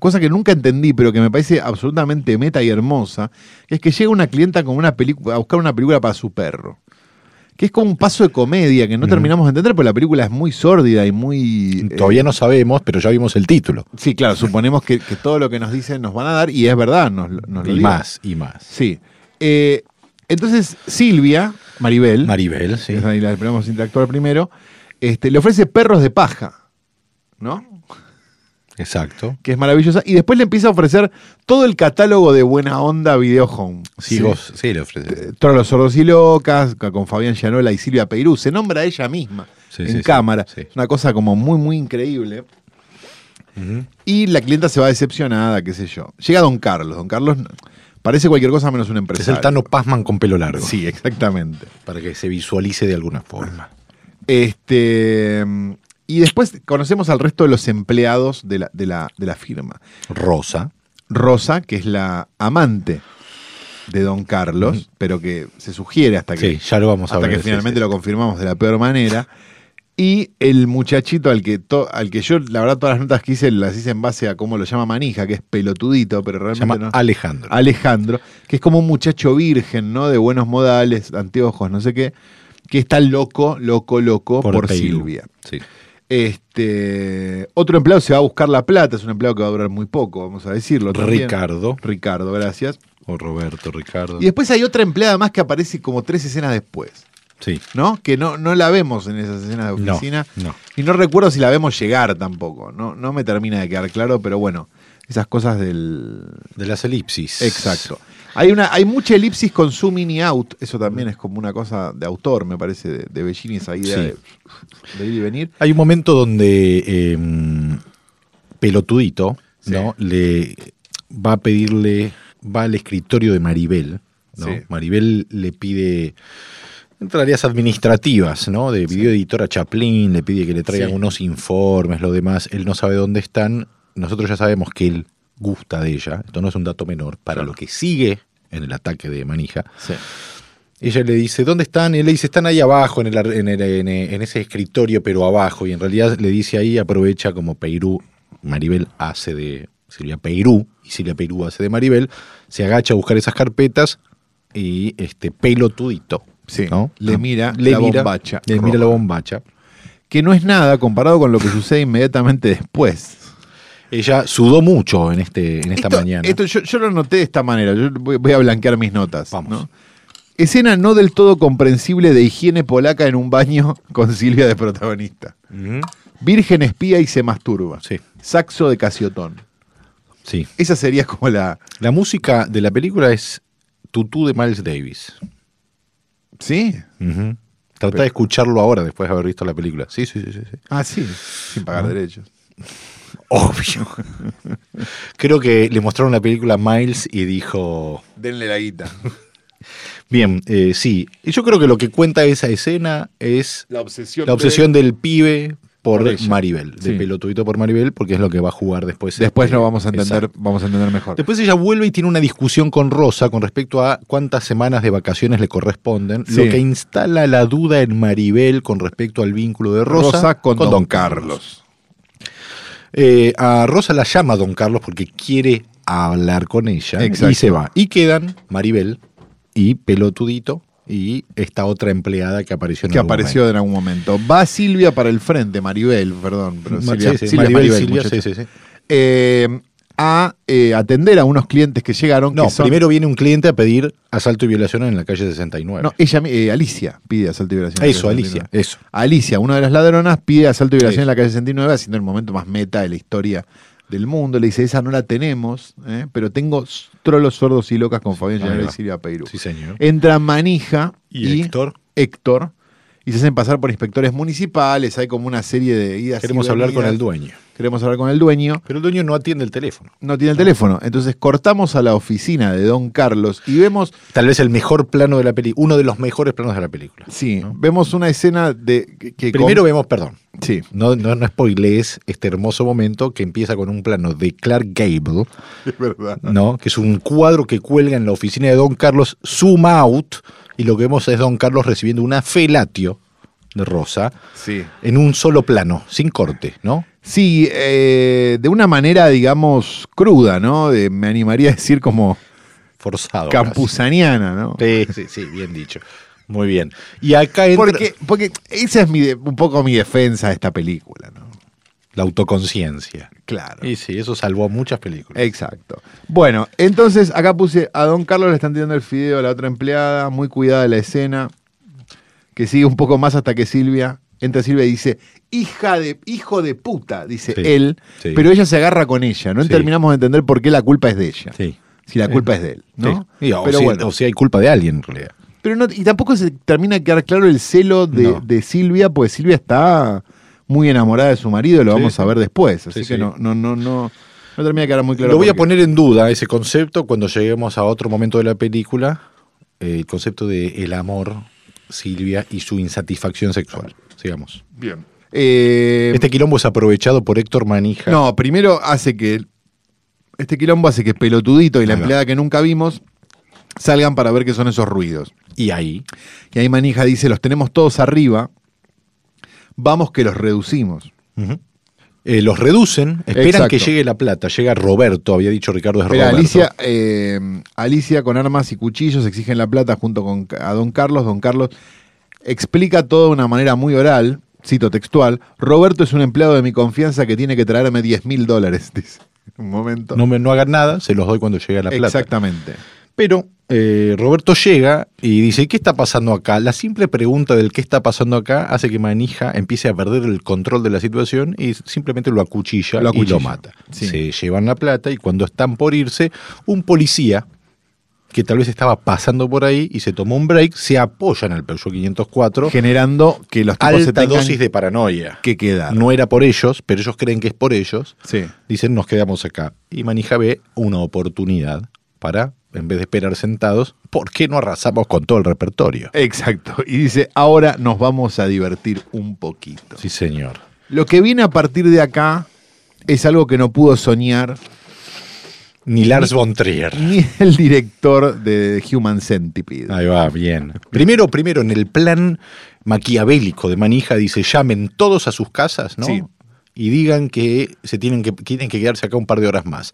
cosa que nunca entendí, pero que me parece absolutamente meta y hermosa, que es que llega una clienta con una película a buscar una película para su perro. Que es como un paso de comedia que no Ujú. terminamos de entender, porque la película es muy sórdida y muy. eh, Todavía no sabemos, pero ya vimos el título. sí, claro, suponemos que, que todo lo que nos dicen nos van a dar, y es verdad, nos, lo- nos lo Y dicen. más, y más. Sí. Eh, entonces, Silvia, Maribel, Maribel, sí. es ahí la esperamos interactuar primero, este, le ofrece perros de paja, ¿no? Exacto. que es maravillosa, y después le empieza a ofrecer todo el catálogo de buena onda Video Home. Sí, vos- sí, le ofrece. Eh, Todos los sordos y locas, ca- con Fabián Llanola y Silvia Peirú, se nombra ella misma Sí, en sí, sí, cámara. sí. Una cosa como muy, muy increíble. Ujú. Y la clienta se va decepcionada, qué sé yo. Llega Don Carlos. Don Carlos parece cualquier cosa menos un Es empresario. el Tano Pazman con pelo largo. pues Sí, exactamente. Para que se visualice de alguna forma. Este, y después conocemos al resto de los empleados de la, de la, de la firma. Rosa. Rosa, que es la amante de Don Carlos, pero que se sugiere hasta que, Sí, ya lo vamos a hasta ver. que sí, finalmente sí. lo confirmamos de la peor manera. Y el muchachito al que, to- al que yo, la verdad, todas las notas que hice las hice en base a cómo lo llama Manija, que es pelotudito, pero Se realmente llama no. Alejandro. Alejandro, que es como un muchacho virgen, ¿no? De buenos modales, anteojos, no sé qué, que está loco, loco, loco por, Peiru. Silvia. Sí. Este, otro empleado se va a buscar la plata, es un empleado que va a durar muy poco, vamos a decirlo. también. Ricardo. Ricardo, gracias. O Roberto, Ricardo. Y después hay otra empleada más que aparece como tres escenas después, Sí. ¿no? Que no, no la vemos en esas escenas de No, oficina. no. Y no recuerdo si la vemos llegar tampoco, no, no me termina de quedar claro, pero bueno, esas cosas del, De las elipsis. Exacto. Hay, una, hay mucha elipsis con zoom in y out. Eso también es como una cosa de autor, me parece, de, de Bellini, esa idea Sí. de, de ir y venir. Hay un momento donde eh, Pelotudito Sí. ¿no? le va a pedirle, va al escritorio de Maribel. ¿no? Sí. Maribel le pide en tareas administrativas, ¿no? De videoeditora Chaplin, le pide que le traigan Sí. unos informes, lo demás. Él no sabe dónde están. Nosotros ya sabemos que él gusta de ella. Esto no es un dato menor. Para Claro. lo que sigue en el ataque de Manija, Sí. ella le dice, ¿dónde están? Y él le dice, están ahí abajo, en, el ar- en el- en- eh, en ese escritorio, pero abajo. Y en realidad le dice ahí, aprovecha como Peirú, Maribel hace de Silvia Peirú, y Silvia Peirú hace de Maribel, se agacha a buscar esas carpetas y este pelotudito. Sí, ¿no? Ah, le mira la bombacha Le roja. mira la bombacha. Que no es nada comparado con lo que sucede inmediatamente después. Ella sudó mucho en, este, en esta Esto- mañana. Esto yo, yo lo noté de esta manera. Yo voy, voy a blanquear mis notas. Vamos. ¿no? Escena no del todo comprensible de higiene polaca en un baño con Silvia de protagonista. Ujú. Virgen espía y se masturba. Sí, Saxo de Casiotón. sí. Esa sería como la. La música de la película es Tutú de Miles Davis. ¿Sí? Ujú. Tratá de escucharlo ahora después de haber visto la película. Sí, sí, sí, sí. sí. Ah, sí. Sin pagar derechos. Obvio. Creo que le mostraron la película a Miles y dijo. Denle la guita. Bien, eh, sí. Y Yo creo que lo que cuenta esa escena es La obsesión. la obsesión del pibe por, Por ella. Maribel, Sí. de pelotudito por Maribel, porque es lo que va a jugar después. Después este, lo vamos a entender, exacto. vamos a entender mejor. Después ella vuelve y tiene una discusión con Rosa con respecto a cuántas semanas de vacaciones le corresponden, Sí. lo que instala la duda en Maribel con respecto al vínculo de Rosa, con, Don, Carlos. Eh, a Rosa la llama Don Carlos porque quiere hablar con ella Exacto. y se va. Y quedan Maribel y Pelotudito y esta otra empleada que apareció en Que algún apareció momento. en algún momento. Va Silvia para el frente, Maribel, perdón. Pero Ma- Silvia, sí, sí, Silvia es Maribel, Maribel, Silvia, muchacho. sí, sí, sí. Eh, a eh, atender a unos clientes que llegaron. No, que son- primero viene un cliente a pedir asalto y violación en la calle 69. No, ella, eh, Alicia pide asalto y violación. eso, Alicia, eso. Alicia, una de las ladronas, pide asalto y violación Sí. en la calle 69, haciendo el momento más meta de la historia del mundo. Le dice, esa no la tenemos, ¿eh? pero tengo s- trolos sordos y locas con Fabián Ahí General y va. Silvia Peirú. Sí, señor. Entra Manija Eh, y, y Héctor, Héctor, y se hacen pasar por inspectores municipales, hay como una serie de idas. y queremos hablar con venidas. el dueño. Queremos hablar con el dueño. Pero el dueño no atiende el teléfono. No tiene el teléfono. Entonces cortamos a la oficina de Don Carlos y vemos Tal vez el mejor plano de la película, uno de los mejores planos de la película. Sí, vemos una escena de que, que Primero con- vemos, perdón, sí, No, no, no spoilees este hermoso momento que empieza con un plano de Clark Gable, es verdad. ¿no? Que es un cuadro que cuelga en la oficina de Don Carlos, zoom out, y lo que vemos es Don Carlos recibiendo una felatio de Rosa Sí. en un solo plano, sin corte, ¿no? Sí, eh, de una manera, digamos, cruda, ¿no? De- me animaría a decir como Forzado. casi. campusaniana, ¿no? Sí, sí, sí, bien dicho. Muy bien. Y acá entra Porque, porque esa es mi de- un poco mi defensa de esta película, ¿no? la autoconciencia. Claro. Y sí, eso salvó a muchas películas. Exacto. Bueno, entonces acá puse a Don Carlos le están tirando el fideo a la otra empleada, muy cuidada la escena, que sigue un poco más hasta que Silvia, entra Silvia y dice, hija de, hijo de puta, dice Sí, él, sí. pero ella se agarra con ella, no Sí. terminamos de entender por qué la culpa es de ella, Sí. si la culpa es de él, ¿no? Sí. Y, o, Eh, pero si, bueno, o si hay culpa de alguien, en realidad. pero no, y tampoco se termina de quedar claro el celo de, No. de Silvia, porque Silvia está muy enamorada de su marido, lo Sí. vamos a ver después. Así Sí, que sí. no, no, no, no, no termina de quedar muy claro. Lo voy a porque- poner en duda ese concepto cuando lleguemos a otro momento de la película, eh, el concepto de el amor, Silvia y su insatisfacción sexual. Sigamos. Bien. Eh, Este quilombo es aprovechado por Héctor Manija. No, primero hace que. Este quilombo hace que Pelotudito y la Ahí va. empleada que nunca vimos salgan para ver qué son esos ruidos. Y ahí. Y ahí Manija dice: Los tenemos todos arriba, vamos que los reducimos. ujú, eh, los reducen, esperan Exacto. que llegue la plata, llega Roberto, había dicho Ricardo es Pero Roberto. Alicia, eh, Alicia con armas y cuchillos exigen la plata junto con a Don Carlos. Don Carlos explica todo de una manera muy oral, cito textual. Roberto es un empleado de mi confianza que tiene que traerme 10 mil dólares, dice. Un momento. No, me, no hagan nada, se los doy cuando llegue la plata. Exactamente. Pero eh, Roberto llega y dice, ¿qué está pasando acá? La simple pregunta del qué está pasando acá hace que Manija empiece a perder el control de la situación y simplemente lo acuchilla, Lo y acuchilla, lo mata. sí. Se llevan la plata y cuando están por irse, un policía que tal vez estaba pasando por ahí y se tomó un break, se apoya en el Peugeot 504, Generando que los tipos se alta tengan dosis de paranoia. que quedar. No era por ellos, pero ellos creen que es por ellos. Sí. Dicen, nos quedamos acá. Y Manija ve una oportunidad para, en vez de esperar sentados, ¿por qué no arrasamos con todo el repertorio? Exacto. Y dice, ahora nos vamos a divertir un poquito. Sí, señor. Lo que viene a partir de acá es algo que no pudo soñar Ni Lars von Trier. ni el director de Human Centipede. Ahí va, bien. Primero, primero, en el plan maquiavélico de Manija, dice, llamen todos a sus casas, ¿no? Sí. Y digan que se tienen que, tienen que quedarse acá un par de horas más.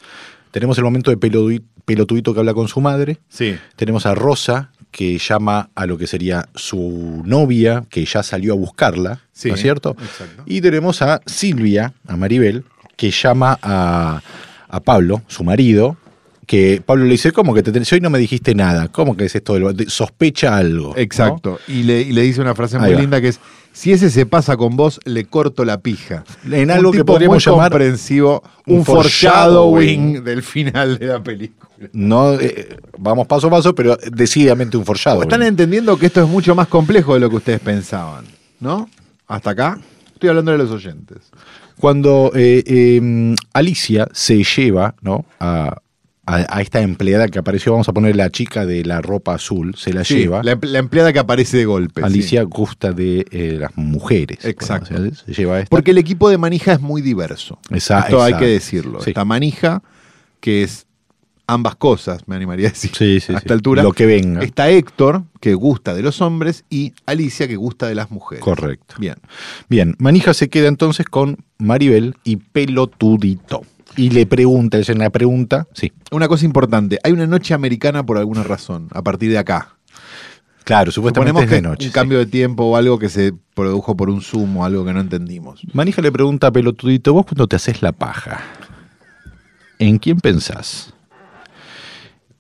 Tenemos el momento de pelodui- pelotudito que habla con su madre. Sí. Tenemos a Rosa, que llama a lo que sería su novia, que ya salió a buscarla, Sí, ¿no es cierto? exacto. Y tenemos a Silvia, a Maribel, que llama a, a Pablo, su marido, que Pablo le dice, ¿cómo que te tenés? Hoy no me dijiste nada, ¿cómo que es esto? del- de- sospecha algo. ¿no? Exacto. Y, le, y le dice una frase Ahí muy va. linda que es, si ese se pasa con vos, le corto la pija. En algo que podríamos muy llamar comprensivo, un un foreshadowing foreshadowing del final de la película. No, eh, vamos paso a paso, pero decididamente un forjado. Pues Están entendiendo que esto es mucho más complejo de lo que ustedes pensaban, ¿no? Hasta acá. Estoy hablando de los oyentes. Cuando eh, eh, Alicia se lleva ¿no? a, a- a esta empleada que apareció, vamos a poner la chica de la ropa azul, se la Sí, lleva. La, em- la empleada que aparece de golpe. sí. Alicia gusta de eh, las mujeres. Exacto. Bueno, o sea, se lleva a esta. Porque el equipo de Manija es muy diverso. Esa- Esto hay esa- que decirlo. sí. Esta Manija, que es ambas cosas, me animaría a decir. Sí, sí, sí. a esta altura. Lo que venga. Está Héctor, que gusta de los hombres, y Alicia, que gusta de las mujeres. Correcto. Bien. Bien, Manija se queda entonces con Maribel y Pelotudito. Y le pregunta, es en la pregunta, sí. Una cosa importante. Hay una noche americana por alguna razón, a partir de acá. Claro, supuestamente Suponemos es que de es noche. un sí. cambio de tiempo o algo que se produjo por un zoom o algo que no entendimos. Manija le pregunta a Pelotudito, vos cuando te haces la paja, ¿en quién pensás?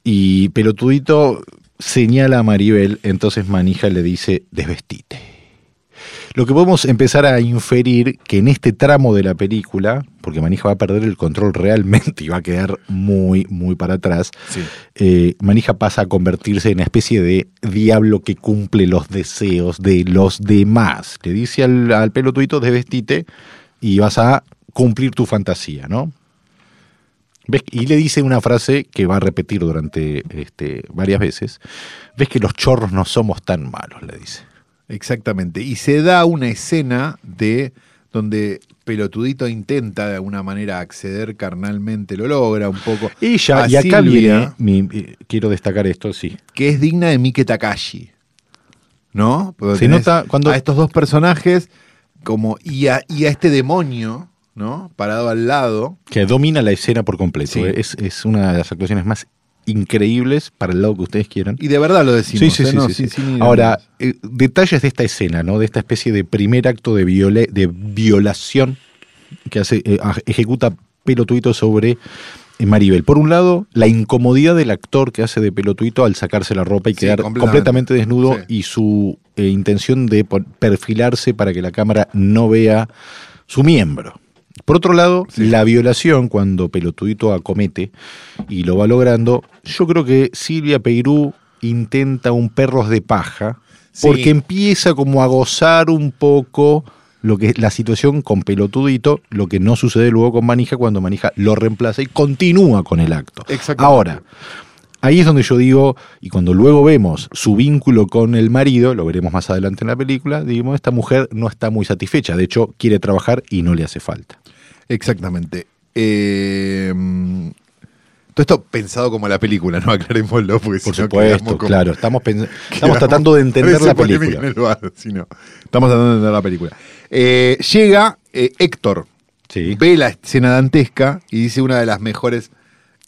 Y Pelotudito señala a Maribel, entonces Manija le dice, desvestite. Lo que podemos empezar a inferir que en este tramo de la película, porque Manija va a perder el control realmente y va a quedar muy, muy para atrás, Sí. eh, Manija pasa a convertirse en una especie de diablo que cumple los deseos de los demás. Le dice al, al pelotuito, desvestite y vas a cumplir tu fantasía, ¿no? ¿Ves? Y le dice una frase que va a repetir durante este, varias veces. Ves que los chorros no somos tan malos, le dice. Exactamente. Y se da una escena de donde Pelotudito intenta de alguna manera acceder carnalmente, lo logra un poco. Ella, a y acá Ah, Silvia, viene, mi- eh, quiero destacar esto, sí. que es digna de Mike Takashi. ¿No? Porque Se tenés nota cuando- a estos dos personajes como y a, y a este demonio, ¿no? Parado al lado. Que domina la escena por completo. Sí. eh. Es, es una de las actuaciones más increíbles para el lado que ustedes quieran. Y de verdad lo decimos. Sí, sí, ¿eh? sí, No, sí, sin- sí. sin ir a Ahora, más. eh, detalles de esta escena, ¿no? De esta especie de primer acto de, viole- de violación que hace, eh, a- ejecuta Pelotuito sobre eh, Maribel. Por un lado, la incomodidad del actor que hace de Pelotuito al sacarse la ropa y Sí, quedar completamente. completamente, desnudo Sí. y su eh, intención de por- perfilarse para que la cámara no vea su miembro. Por otro lado, Sí. la violación, cuando Pelotudito acomete y lo va logrando, yo creo que Silvia Peirú intenta un perros de paja, Sí. porque empieza como a gozar un poco lo que, la situación con pelotudito, lo que no sucede luego con Manija cuando Manija lo reemplaza y continúa con el acto. Exactamente. Ahora, ahí es donde yo digo, y cuando luego vemos su vínculo con el marido, lo veremos más adelante en la película, digamos, esta mujer no está muy satisfecha, de hecho quiere trabajar y no le hace falta. Exactamente. Eh, mm, todo esto pensado como la película, ¿no? Aclarémoslo, porque Por si no supuesto, quedamos como- claro, estamos, pens- estamos quedamos- tratando de entender parece la polémica película. en el bar, si no. Estamos tratando de entender la película. Eh, llega eh, Héctor, Sí. ve la escena dantesca y dice una de las mejores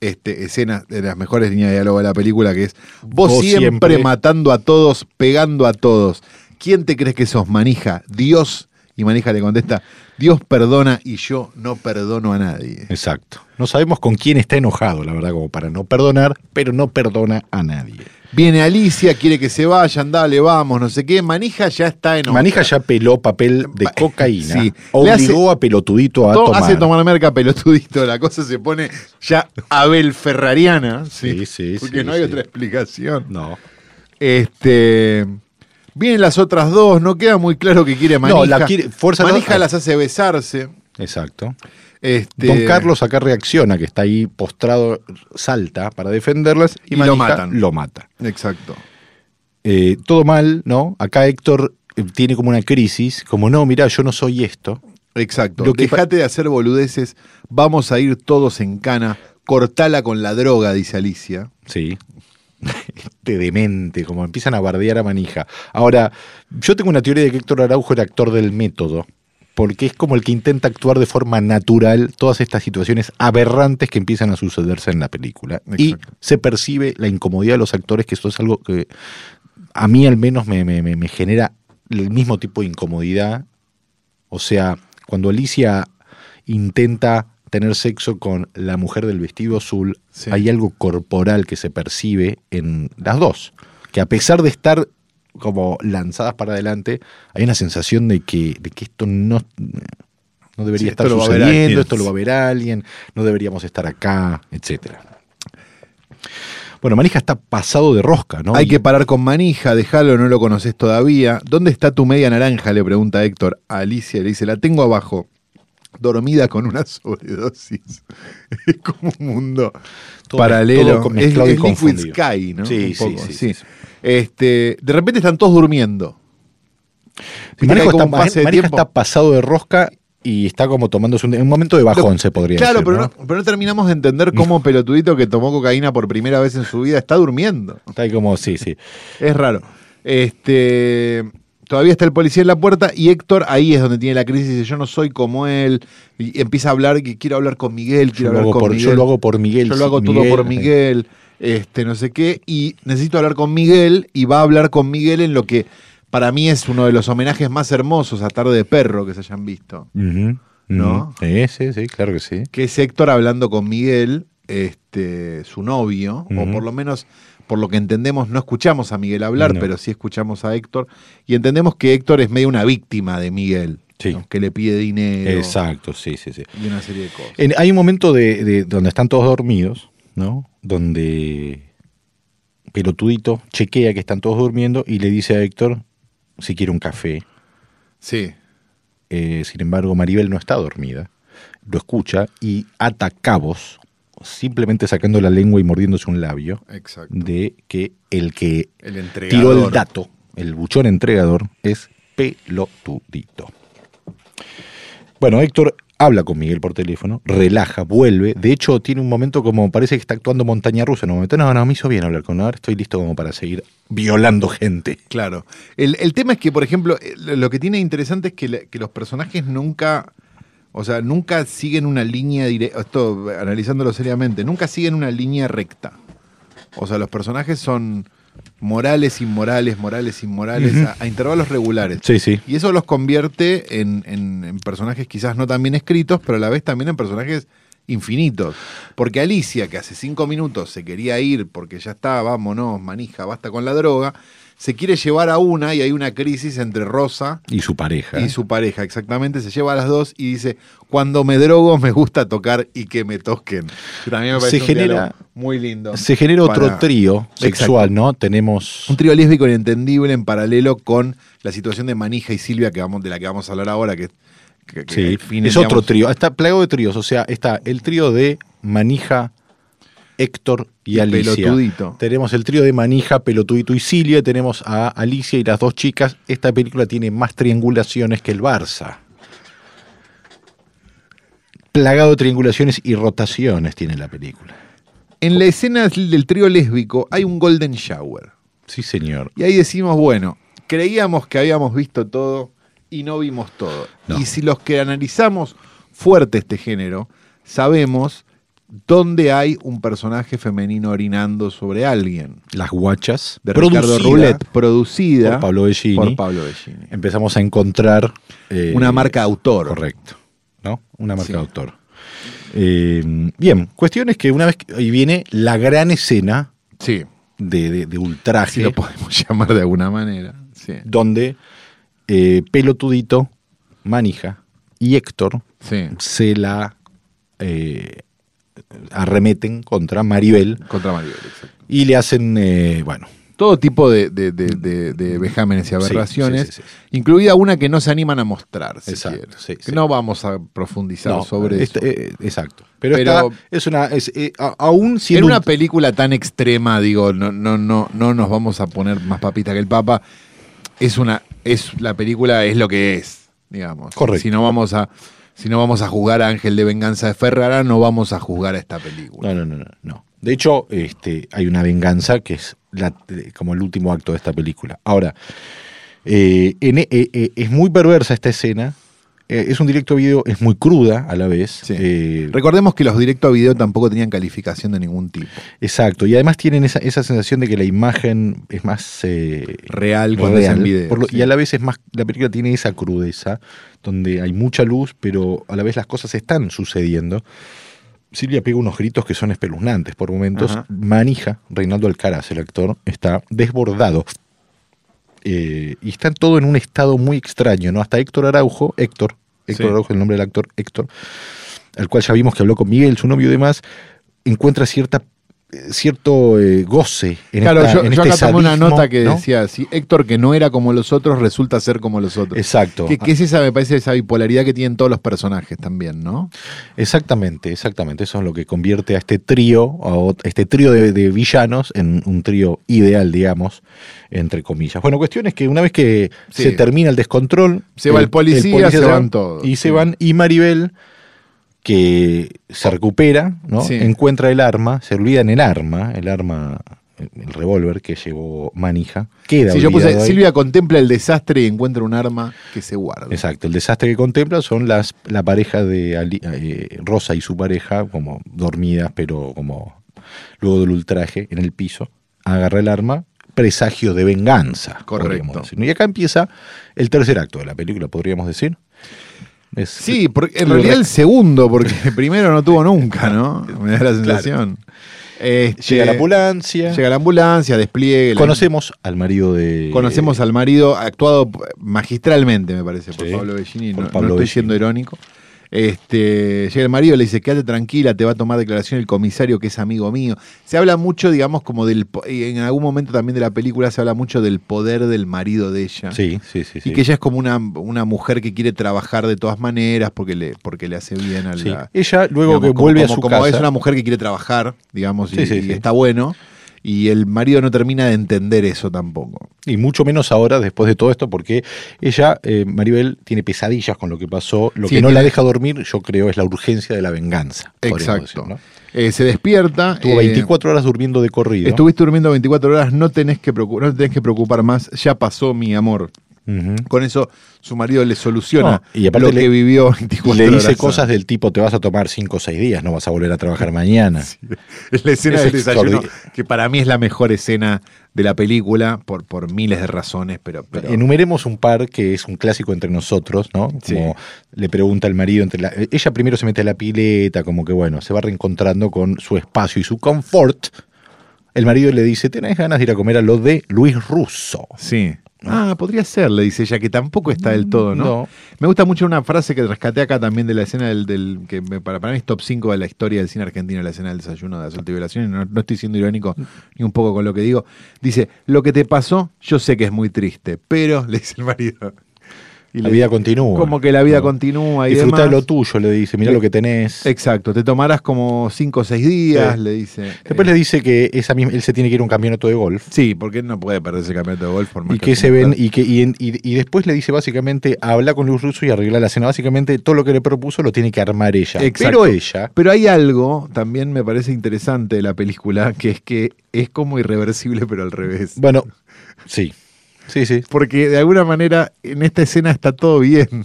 este, escenas, de las mejores líneas de diálogo de la película, que es vos, Vos siempre, siempre- matando a todos, pegando a todos. ¿Quién te crees que sos, manija? Dios. Y manija le contesta, Dios perdona y yo no perdono a nadie. Exacto. No sabemos con quién está enojado, la verdad, como para no perdonar, pero no perdona a nadie. Viene Alicia, quiere que se vayan, dale, vamos, no sé qué. Manija ya está en Manija ya peló papel de Va- cocaína. sí. Le hace- Obligó a pelotudito a To- tomar. Hace tomar merca pelotudito, la cosa se pone ya Abel Ferrariana. Sí, Sí, sí, Porque sí, no hay sí. otra explicación. No. Este. Vienen las otras dos, no queda muy claro que quiere Manija. No, la quiere- fuerza- Manija no- las hace besarse. Exacto. Este, Don Carlos acá reacciona, que está ahí postrado, salta para defenderlas y, Y lo Manija matan. lo mata. Exacto. Eh, todo mal, ¿no? Acá Héctor eh, tiene como una crisis, como no, mirá, yo no soy esto. Exacto. Lo que pa- Dejate de hacer boludeces, vamos a ir todos en cana. Cortala con la droga, dice Alicia. Sí. Este demente, como empiezan a bardear a Manija. Ahora, yo tengo una teoría de que Héctor Araujo era actor del método, porque es como el que intenta actuar de forma natural todas estas situaciones aberrantes que empiezan a sucederse en la película. Y Exacto. se percibe la incomodidad de los actores, que eso es algo que a mí al menos me, me- me- me genera el mismo tipo de incomodidad. O sea, cuando Alicia intenta tener sexo con la mujer del vestido azul, Sí. hay algo corporal que se percibe en las dos. Que a pesar de estar como lanzadas para adelante, hay una sensación de que, de que esto no, no debería Sí, estar esto lo va a ver alguien. sucediendo, esto lo va a ver alguien, no deberíamos estar acá, etcétera. Bueno, Manija está pasado de rosca, ¿no? Hay Y- que parar con manija, déjalo, no lo conoces todavía. ¿Dónde está tu media naranja? Le pregunta Héctor a Alicia. Le dice, la tengo abajo, dormida con una sobredosis. es como un mundo Todo- paralelo. todo con- es mezclado y es Liquid confundido. Sky, ¿no? Sí, sí, Un poco, sí, sí, sí. Este, de repente están todos durmiendo. Viste Y que hay Manejo como está, un pase de Manejo tiempo. está pasado de rosca y está como tomándose un, un momento de bajón, se podría Claro, decir. pero, ¿no? ¿no? pero no terminamos de entender cómo pelotudito que tomó cocaína por primera vez en su vida está durmiendo. Está ahí como, sí, sí. Es raro. Este, todavía está el policía en la puerta y Héctor ahí es donde tiene la crisis. Dice, yo no soy como él. Y empieza a hablar que quiero hablar con Miguel, quiero Yo lo, hablar hago con por, Miguel. yo lo hago por Miguel. Yo sí, lo hago todo por Miguel. Este, no sé qué. Y necesito hablar con Miguel y va a hablar con Miguel en lo que para mí es uno de los homenajes más hermosos a Tarde de Perro que se hayan visto. ¿eh? Ujú, ujú. ¿No? Sí, sí, sí, claro que sí. que es Héctor hablando con Miguel, este, su novio, o Ujú. por lo menos, por lo que entendemos, no escuchamos a Miguel hablar, No. pero sí escuchamos a Héctor, y entendemos que Héctor es medio una víctima de Miguel, Sí. ¿no? que le pide dinero Exacto, Eh, sí, sí, sí. y una serie de cosas. En- hay un momento de, de- donde están todos dormidos, ¿no? Donde Pelotudito chequea que están todos durmiendo y le dice a Héctor si quiere un café. Sí, Eh, sin embargo, Maribel no está dormida. Lo escucha y ata cabos, simplemente sacando la lengua y mordiéndose un labio, exacto. de que el que El tiró el entregador. dato, el buchón entregador, es pelotudito. Bueno, Héctor habla con Miguel por teléfono, relaja, vuelve. De hecho, tiene un momento como parece que está actuando montaña rusa. En un momento, no, no, me hizo bien hablar con él. Ahora estoy listo como para seguir violando gente. Claro. El, el tema es que, por ejemplo, eh, lo lo que tiene interesante es que, le- que los personajes nunca, o sea, nunca siguen una línea directa, esto eh, analizándolo seriamente, nunca siguen una línea recta. O sea, los personajes son morales, inmorales, morales, inmorales, a, a intervalos regulares. Sí, sí. Y eso los convierte en, en- en personajes quizás no tan bien escritos, pero a la vez también en personajes infinitos. Porque Alicia, que hace cinco minutos se quería ir porque ya está, vámonos, manija, basta con la droga, se quiere llevar a una y hay una crisis entre Rosa Y su pareja. y su pareja, exactamente, se lleva a las dos y dice, cuando me drogo me gusta tocar y que me toquen. Que también me parece Se un genera- diálogo muy lindo. Se genera otro Para- trío Exacto. sexual, ¿no? Tenemos. Un trío lésbico inentendible en paralelo con la situación de Manija y Silvia que vamos, de la que vamos a hablar ahora, que, que- que Sí, define, es otro digamos, trío. Está plagado de tríos. O sea, está el trío de Manija, Héctor y, Y Alicia. Pelotudito. Tenemos el trío de Manija, Pelotudito y Silvia. Tenemos a Alicia y las dos chicas. Esta película tiene más triangulaciones que el Barça. Plagado de triangulaciones y rotaciones tiene la película. En la escena del trío lésbico hay un golden shower. Sí, señor. Y ahí decimos, bueno, creíamos que habíamos visto todo y no vimos todo. No. Y si los que analizamos fuerte este género, sabemos dónde hay un personaje femenino orinando sobre alguien. Las guachas. De producida Ricardo Roulette, producida por Pablo Bellini. por Pablo Bellini. Empezamos a encontrar. eh, Una marca de autor. Correcto. ¿No? Una marca Sí. de autor. Eh, bien, cuestión es que una vez que ahí viene la gran escena Sí, de, de- de ultraje, así lo podemos llamar de alguna manera. Sí, donde eh, Pelotudito, Manija y Héctor sí. se la eh, arremeten contra Maribel Contra Maribel, exacto. y le hacen, eh, bueno, Todo tipo de, de- de- de- de vejámenes y aberraciones, Mm. sí, sí, sí, incluida una que no se animan a mostrar. Si Exacto, quieren. sí, Que sí. No vamos a profundizar no, sobre este, eso. eh, exacto. Pero, Pero- esta es una, es, eh, a- aún en siendo una un- película tan extrema, digo, no, no, no, no nos vamos a poner más papita que el Papa. Es una, es la película es lo que es, digamos. Correcto. Si no vamos a, si no vamos a juzgar a Ángel de Venganza de Ferrara, no vamos a juzgar a esta película. No, no, no, no, no. De hecho, este, hay una venganza que es la- eh, como el último acto de esta película. Ahora, eh, en- eh, eh, es muy perversa esta escena. eh, es un directo video, es muy cruda a la vez. Sí. eh, Recordemos que los directo a video tampoco tenían calificación de ningún tipo. exacto. Y además tienen esa, esa sensación de que la imagen es más eh, Real cuando real, es en video. por lo- sí. Y a la vez es más. La película tiene esa crudeza, donde hay mucha luz, pero a la vez las cosas están sucediendo. Silvia pega unos gritos que son espeluznantes por momentos. Ajá. Manija, Reinaldo Alcaraz, el actor, está desbordado. Eh, y está todo en un estado muy extraño, ¿no? Hasta Héctor Araujo, Héctor, Héctor Sí. Araujo es el nombre del actor, Héctor, al cual ya vimos que habló con Miguel, su novio y demás, encuentra cierta eh, cierto eh, goce en claro, esta- yo, en yo este acá tomé una sadismo, nota que ¿no? decía así, Héctor que no era como los otros resulta ser como los otros. Exacto. Que, que es esa, me parece, esa bipolaridad que tienen todos los personajes también, ¿no? Ah, Exactamente, exactamente. Eso es lo que convierte a este trío, a ot- este trío de, de villanos, en un trío ideal, digamos, entre comillas. Bueno, cuestión es que una vez que Sí. se termina el descontrol, Se va el policía, se van todos. Y se Sí. van, y Maribel, que se recupera, ¿no? Sí. Encuentra el arma, se olvida en el arma, el arma, el, el revólver que llevó Manija. Queda Si yo puse, olvidado ahí. Silvia contempla el desastre y encuentra un arma que se guarda. Exacto, el desastre que contempla son las la pareja de Ali- eh, Rosa y su pareja, como dormidas, pero como luego del ultraje en el piso, agarra el arma, presagio de venganza. Correcto. podríamos decir. Y acá empieza el tercer acto de la película, podríamos decir. Es- Sí, porque en Lo realidad re- el segundo, porque el primero no tuvo nunca, ¿no? Me da la sensación. Este, llega la ambulancia, llega la ambulancia, despliegue. la- conocemos al marido de... conocemos al marido, actuado magistralmente, me parece, por Sí, Pablo Bellini. por no, Pablo no estoy Bellini. siendo irónico. Este, llega el marido, le dice, quédate tranquila, te va a tomar declaración el comisario que es amigo mío. Se habla mucho, digamos, como del... po- y En algún momento también de la película se habla mucho del poder del marido de ella. Sí, sí, sí. sí. Y que ella es como una, una mujer que quiere trabajar de todas maneras porque le, porque le hace bien a la. Sí. Ella luego digamos, que como- vuelve como- a su como casa... es una mujer que quiere trabajar, digamos, y, Sí, sí, y sí. está bueno. Y el marido no termina de entender eso tampoco. Y mucho menos ahora, después de todo esto, porque ella, eh, Maribel, tiene pesadillas con lo que pasó. Lo Sí, que no la tiene- deja dormir, yo creo, es la urgencia de la venganza. podríamos Exacto. decir, ¿no? Eh, se despierta. Estuvo eh, 24 horas durmiendo de corrido. Estuviste durmiendo 24 horas, no, tenés que preocu- no te tenés que preocupar más, ya pasó mi amor. Ujú. Con eso su marido le soluciona No, y aparte lo le- que vivió Y 24 le dice horas. cosas del tipo, te vas a tomar 5 o 6 días, no vas a volver a trabajar mañana. Es la escena Es del desayuno, extraordin- que para mí es la mejor escena de la película, por, por miles de razones, pero... pero- Enumeremos un par que es un clásico entre nosotros, ¿no? Como Sí. le pregunta el marido, entre la- ella primero se mete a la pileta, como que bueno, se va reencontrando con su espacio y su confort El marido le dice, ¿tenés ganas de ir a comer a lo de Luis Russo? Sí. Ah, podría ser, le dice ella, que tampoco está del todo, ¿no? Me gusta mucho una frase que rescaté acá también de la escena del, del- que me- para, para mí es top 5 de la historia del cine argentino, la escena del desayuno de asalto y violación, y no, no estoy siendo irónico ni un poco con lo que digo. Dice, lo que te pasó, yo sé que es muy triste, pero, le dice el marido. Y La le- vida continúa. Como que la vida No. continúa y Disfrutá demás. lo tuyo, le dice, mirá Sí. lo que tenés. Exacto, te tomarás como 5 o 6 días, Sí. le dice. Después Eh, le dice que esa misma, él se tiene que ir a un campeonato de golf. Sí, porque él no puede perder ese campeonato de golf. por más Y que se ven, mujer. y que y, en- y- y después le dice básicamente, habla con Luis Russo y arregla la cena. Básicamente todo lo que le propuso lo tiene que armar ella. Exacto. Pero ella, Pero hay algo, también me parece interesante de la película, que es que es como irreversible, pero al revés. bueno, sí, sí, sí, Porque de alguna manera en esta escena está todo bien.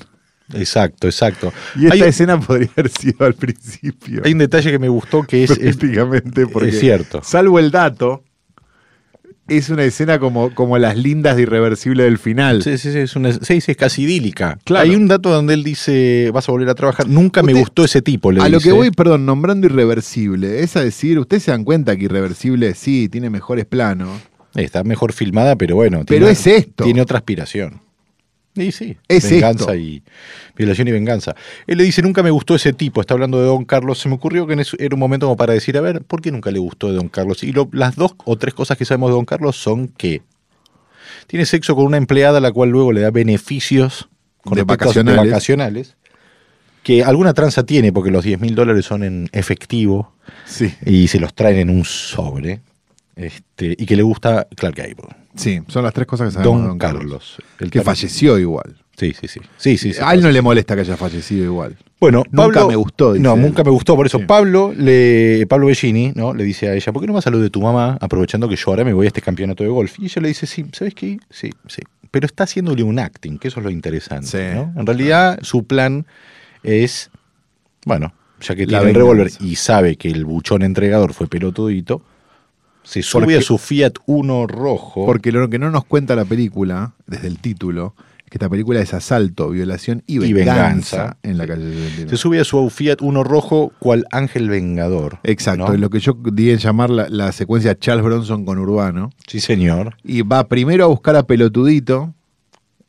exacto, exacto. Y este esta Hay, escena podría haber sido al principio. hay un detalle que me gustó que es, es- prácticamente porque es cierto. salvo el dato es una escena como, como las lindas de irreversible del final Sí, sí, sí, es una- sí, sí, es casi idílica. Claro. Hay un dato donde él dice, vas a volver a trabajar. Nunca me Usted- gustó ese tipo, le A lo dice. que voy, perdón, nombrando irreversible, es a decir, ustedes se dan cuenta que irreversible sí, tiene mejores planos, Está mejor filmada, pero bueno. pero tiene- es esto. Tiene otra aspiración. Y sí, Es venganza esto. y violación y venganza. Él le dice, nunca me gustó ese tipo, está hablando de Don Carlos. Se me ocurrió que en eso- era un momento como para decir, a ver, ¿por qué nunca le gustó de Don Carlos? Y lo- las dos o tres cosas que sabemos de Don Carlos son que tiene sexo con una empleada, la cual luego le da beneficios con De respecto a- vacacionales. vacacionales, que alguna tranza tiene, porque los 10 mil dólares son en efectivo Sí, y se los traen en un sobre. Este, y que le gusta Clark Gable. sí, son las tres cosas que sabemos Don, de Don Carlos. Carlos. El Que tar- falleció igual. Sí, sí, sí. sí, sí, sí. a él no le molesta que haya fallecido igual. Bueno, Nunca Pablo- me gustó, dice no, él. nunca me gustó. Por eso, Sí. Pablo, le, Pablo Bellini, ¿no? Le dice a ella, ¿por qué no vas a lo de tu mamá? Aprovechando que yo ahora me voy a este campeonato de golf. Y ella le dice, sí, ¿sabes qué? Sí, sí. Pero está haciéndole un acting, que eso es lo interesante. Sí. ¿no? En realidad, su plan es, bueno, ya que La tiene el venganza. revólver y sabe que el buchón entregador fue pelotudito, se sube Porque- a su Fiat Uno rojo. Porque lo que no nos cuenta la película, desde el título, es que esta película es asalto, violación y Y venganza, venganza. en la calle 79. se sube a su Fiat Uno rojo cual ángel vengador. Exacto, ¿no? es lo que yo di en llamar la, la secuencia Charles Bronson con Urbano. Sí, señor. Y va primero a buscar a Pelotudito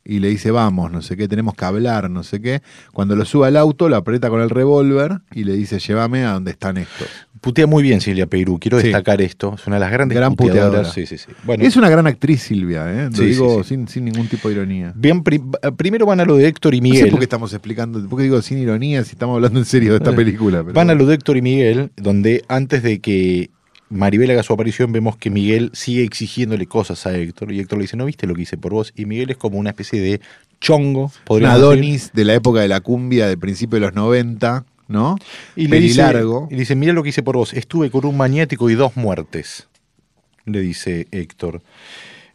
y le dice, vamos, no sé qué, tenemos que hablar, no sé qué. Cuando lo sube al auto, lo aprieta con el revólver y le dice, llévame a donde están estos. Putea muy bien Silvia Perú, quiero Sí. destacar esto. Es una de las grandes Gran puteadoras. puteadora. Sí, sí, sí. Bueno, es una gran actriz, Silvia, ¿eh? lo Sí, digo sí, sí. Sin, sin ningún tipo de ironía. bien, pri- eh, primero van a lo de Héctor y No sé Miguel. por qué estamos explicando, por qué digo sin ironía si estamos hablando en serio de esta Eh, película. pero van a bueno. lo de Héctor y Miguel, donde antes de que Maribel haga su aparición, vemos que Miguel sigue exigiéndole cosas a Héctor. Y Héctor le dice, ¿no viste lo que hice por vos? Y Miguel es como una especie de chongo, Un podríamos decir. Adonis de la época de la cumbia de principio de los 90, ¿no? Y le dice, Pelilargo. y dice, mira lo que hice por vos, estuve con un maniático y dos muertes, le dice Héctor.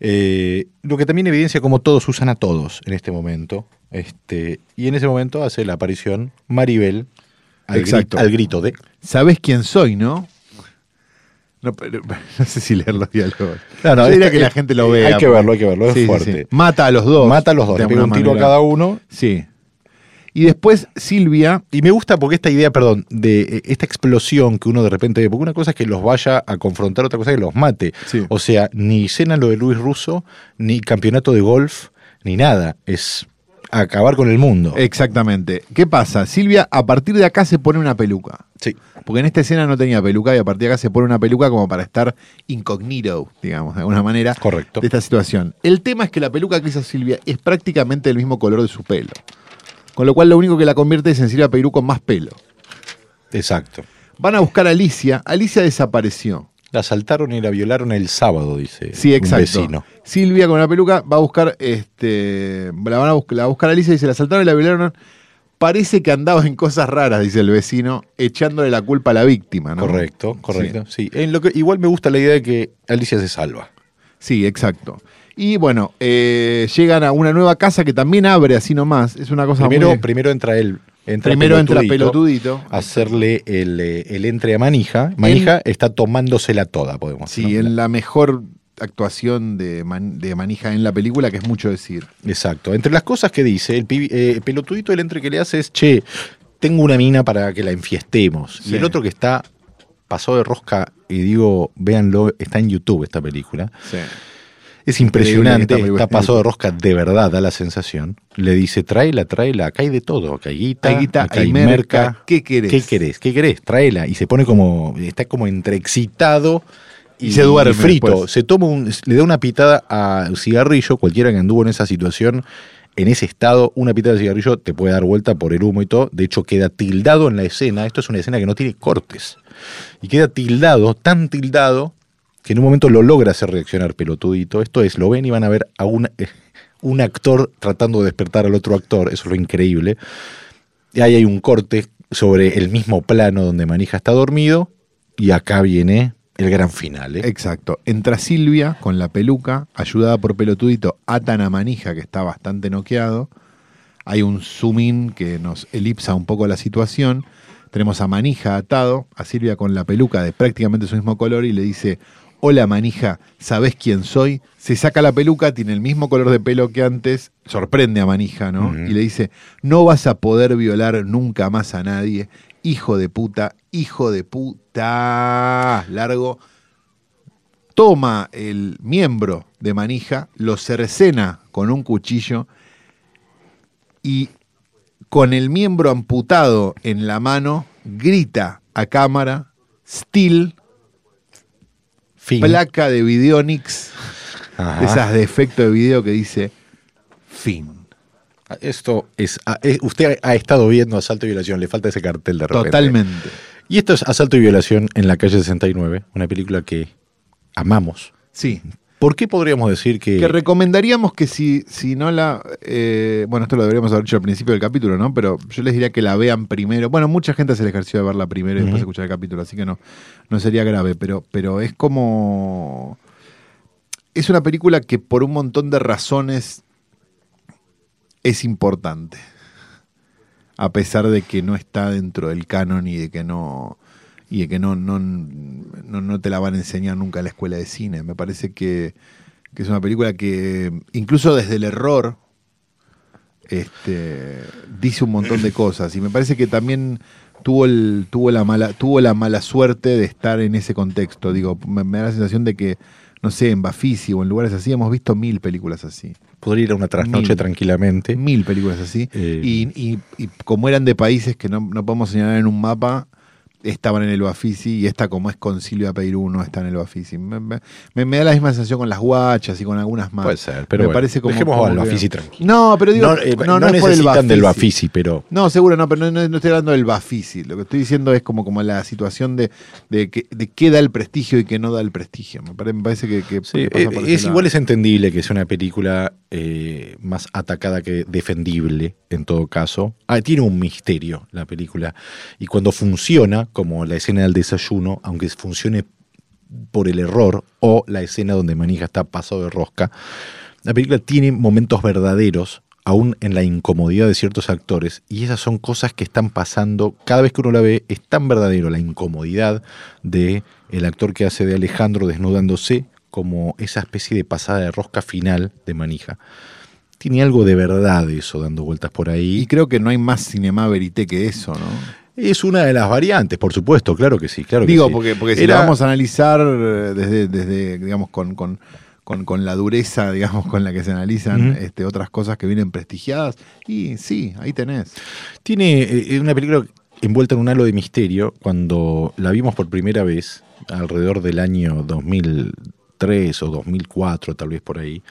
Eh, lo que también evidencia como todos usan a todos en este momento. Este, y en ese momento hace la aparición Maribel al, gri- Exacto. al grito de... Sabés quién soy, ¿no? No, pero- no sé si leer los diálogos. No, no, Yo diría esta- que la gente lo vea. Hay que porque- verlo, hay que verlo, es Sí, sí, fuerte. sí. Mata a los dos. Mata a los dos, de le pega un alguna tiro a manera. cada uno. Sí. Y después Silvia, Y me gusta porque esta idea, perdón, de eh, esta explosión que uno de repente ve, porque una cosa es que los vaya a confrontar, otra cosa es que los mate. Sí. O sea, ni cena lo de Luis Russo, ni campeonato de golf, ni nada. Es acabar con el mundo. Eh, exactamente. ¿Qué pasa? Silvia a partir de acá se pone una peluca. Sí. Porque en esta escena no tenía peluca y a partir de acá se pone una peluca como para estar incógnito, digamos, de alguna manera. Correcto. De esta situación. El tema es que la peluca que hizo Silvia es prácticamente del mismo color de su pelo. Con lo cual lo único que la convierte es en Silvia Perú con más pelo. Exacto. Van a buscar a Alicia. Alicia desapareció. La asaltaron y la violaron el sábado, dice Sí, Eh, un exacto. vecino. Silvia con una peluca va a buscar, este, la van a buscar, la va a buscar a Alicia y se la asaltaron y la violaron. Parece que andaba en cosas raras, dice el vecino, echándole la culpa a la víctima, ¿no? Correcto, correcto. Sí. En lo que, igual me gusta la idea de que Alicia se salva. Sí, exacto. Y bueno, eh, llegan a una nueva casa que también abre así nomás. Es una cosa Primero, muy- primero entra él. Entra primero entra pelotudito. hacerle el, eh, el entre a Manija. Manija está tomándosela toda, podemos Sí, ¿no? en la mejor actuación de, Man- de Manija en la película, que es mucho decir. Exacto. Entre las cosas que dice, el pibi- eh, pelotudito el entre que le hace es, che, tengo una mina para que la enfiestemos. Sí. Y el otro que está pasó de rosca y digo, véanlo, está en YouTube esta película. Sí. Es impresionante, Increíble que esta está película esté en pasado de rosca, de verdad, da la sensación. Le dice, tráela, tráela, acá hay de todo, acá hay guita, Hay guita, acá hay merca, ¿qué querés? ¿Qué querés? ¿Qué querés? Tráela. Y se pone como, está como entreexcitado Y se duerme frito. después. Se toma un, le da una pitada a cigarrillo, cualquiera que anduvo en esa situación, en ese estado, una pitada de cigarrillo te puede dar vuelta por el humo y todo. De hecho, queda tildado en la escena. Esto es una escena que no tiene cortes. Y queda tildado, tan tildado, que en un momento lo logra hacer reaccionar pelotudito. Esto es, lo ven y van a ver a un, un actor tratando de despertar al otro actor. Eso es lo increíble. Y ahí hay un corte sobre el mismo plano donde Manija está dormido. Y acá viene el gran final. ¿eh? Exacto. Entra Silvia con la peluca, ayudada por pelotudito, atan a Manija, que está bastante noqueado. Hay un zoom in que nos elipsa un poco la situación. Tenemos a Manija atado, a Silvia con la peluca de prácticamente su mismo color y le dice, hola Manija, ¿sabés quién soy? Se saca la peluca, tiene el mismo color de pelo que antes, sorprende a Manija, ¿no? Ujú. Y le dice, no vas a poder violar nunca más a nadie, hijo de puta, hijo de puta, largo toma el miembro de Manija, lo cercena con un cuchillo y con el miembro amputado en la mano grita a cámara, still, Fin. placa de Videonix, Ajá. de esas de efecto de video que dice fin. Esto es, ah, es- Usted ha estado viendo asalto y violación, le falta ese cartel de repente. Totalmente. Y esto es Asalto y Violación en la calle 69, una película que amamos. Sí. ¿Por qué podríamos decir que.? Que recomendaríamos que si, si no la... eh, bueno, esto lo deberíamos haber dicho al principio del capítulo, ¿no? Pero yo les diría que la vean primero. Bueno, mucha gente hace el ejercicio de verla primero y Ujú. después escuchar el capítulo, así que no, no sería grave, pero, pero es como... Es una película que por un montón de razones es importante. A pesar de que no está dentro del canon y de que no. Y de que no, no, no, no te la van a enseñar nunca en la escuela de cine. Me parece que, que es una película que, incluso desde el error, este, dice un montón de cosas. Y me parece que también tuvo, el, tuvo, la mala, tuvo la mala suerte de estar en ese contexto. Digo, me, me da la sensación de que, no sé, en Bafisi o en lugares así, hemos visto mil películas así. Podría ir a una trasnoche Mil. tranquilamente. Mil películas así. Eh, y, y- y como eran de países que no, no podemos señalar en un mapa, estaban en el Bafisi y esta, como es Concilio a Perú, no está en el Bafisi. Me, me- me- me da la misma sensación con las guachas y con algunas más. Puede ser, pero me bueno, parece como. dejemos como al que- Bafisi tranquilo. No, pero digo, no, no, eh, no, no es por el necesitan del Bafisi, pero. no, seguro no, pero no, no- no estoy hablando del Bafisi. Lo que estoy diciendo es como, como la situación de, de, que- de qué da el prestigio y qué no da el prestigio. Me pare- me parece, que, que- Sí, que pasa eh, por ese es lado. igual es entendible que es una película eh, más atacada que defendible en todo caso. Ah, tiene un misterio la película y cuando funciona, como la escena del desayuno, aunque funcione por el error o la escena donde Manija está pasado de rosca, la película tiene momentos verdaderos aún en la incomodidad de ciertos actores y esas son cosas que están pasando cada vez que uno la ve es tan verdadero la incomodidad de el actor que hace de Alejandro desnudándose como esa especie de pasada de rosca final de manija tiene algo de verdad eso dando vueltas por Y ahí creo que no hay más cinema verité que eso, ¿no? es una de las variantes por supuesto claro que sí claro que Digo, sí. porque, porque si Era- la vamos a analizar eh, desde, desde digamos, con, con, con, con la dureza, digamos, con la que se analizan Ujú. este, otras cosas que vienen prestigiadas, y sí, ahí tenés. Tiene eh, una película envuelta en un halo de misterio. Cuando la vimos por primera vez, alrededor del año 2003 o 2004, tal vez por ahí,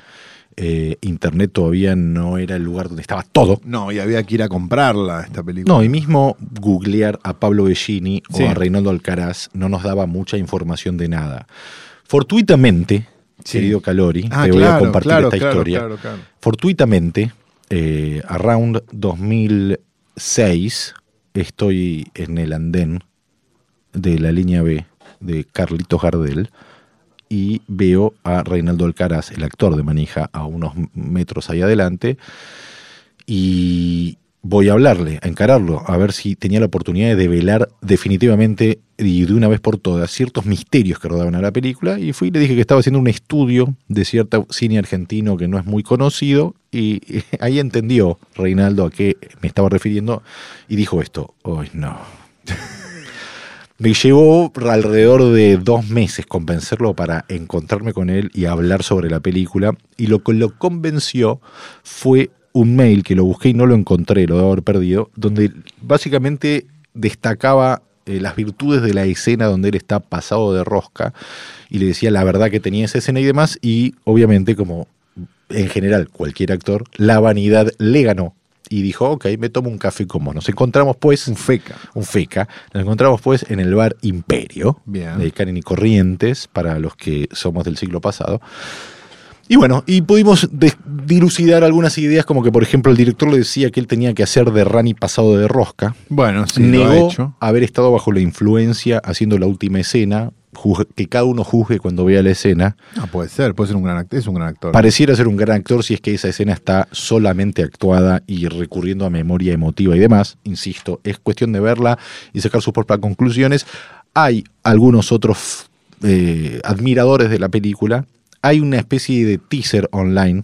eh, Internet todavía no era el lugar donde estaba todo. No, y había que ir a comprarla, esta película. No, y mismo googlear a Pablo Bellini Sí. o a Reinaldo Alcaraz no nos daba mucha información de nada. Fortuitamente, Sí. querido Calori, Ah, te voy a claro, compartir claro, esta claro, historia claro, claro. fortuitamente, eh, around 2006, estoy en el andén de la línea B de Carlitos Gardel y veo a Reinaldo Alcaraz, el actor de Manija, a unos metros ahí adelante y voy a hablarle, a encararlo, a ver si tenía la oportunidad de develar definitivamente y de una vez por todas ciertos misterios que rodaban a la película y fui y le dije que estaba haciendo un estudio de cierto cine argentino que no es muy conocido y ahí entendió Reinaldo a qué me estaba refiriendo y dijo esto, hoy no. Me llevó alrededor de dos meses convencerlo para encontrarme con él y hablar sobre la película. Y lo que lo convenció fue un mail que lo busqué y no lo encontré, lo debo haber perdido, donde básicamente destacaba eh, las virtudes de la escena donde él está pasado de rosca y le decía la verdad que tenía esa escena y demás. Y obviamente, como en general cualquier actor, la vanidad le ganó. Y dijo, ok, me tomo un café como nos encontramos pues Un feca. un feca. Nos encontramos pues en el bar Imperio Bien. de Karen y Corrientes, para los que somos del siglo pasado. Y bueno, y pudimos de- dilucidar algunas ideas, como que por ejemplo el director le decía que él tenía que hacer de Rani pasado de rosca. Bueno, sí, lo ha negó hecho. haber estado bajo la influencia haciendo la última escena, juzga- que cada uno juzgue cuando vea la escena. No, Ah, puede ser, puede ser un gran actor. Es un gran actor. Pareciera ser un gran actor si es que esa escena está solamente actuada y recurriendo a memoria emotiva y demás. Insisto, es cuestión de verla y sacar sus propias conclusiones. Hay algunos otros eh, admiradores de la película. Hay una especie de teaser online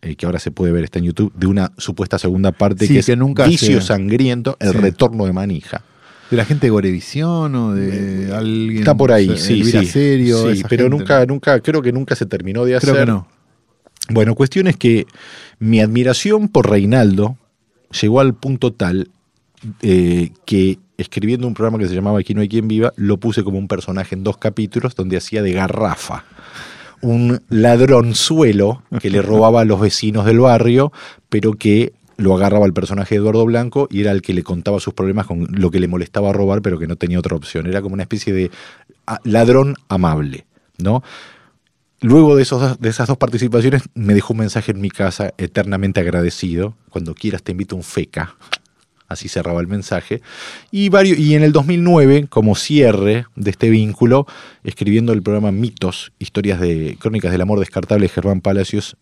eh, que ahora se puede ver, está en YouTube, de una supuesta segunda parte Sí, que es que nunca Vicio se- Sangriento, el Sí. retorno de Manija. De la gente de Gorevisión o de alguien. Eh, Está por ahí, no sé, sí, Elvira sí. Serio, Sí, esa pero gente, nunca, ¿no? nunca, creo que nunca se terminó de hacer. Creo que no. Bueno, cuestión es que mi admiración por Reinaldo llegó al punto tal eh, que escribiendo un programa que se llamaba Aquí no hay quien viva, lo puse como un personaje en dos capítulos donde hacía de garrafa. Un ladronzuelo que le robaba a los vecinos del barrio, pero que lo agarraba el personaje de Eduardo Blanco y era el que le contaba sus problemas con lo que le molestaba robar, pero que no tenía otra opción. Era como una especie de ah, ladrón amable, ¿no? Luego de, esos, dos- de esas dos participaciones me dejó un mensaje en mi casa eternamente agradecido. Cuando quieras te invito a un feca. Así cerraba el mensaje. Y, varios, y en el 2009, como cierre de este vínculo, escribiendo el programa Mitos, historias de crónicas del amor descartable de Germán Palacios,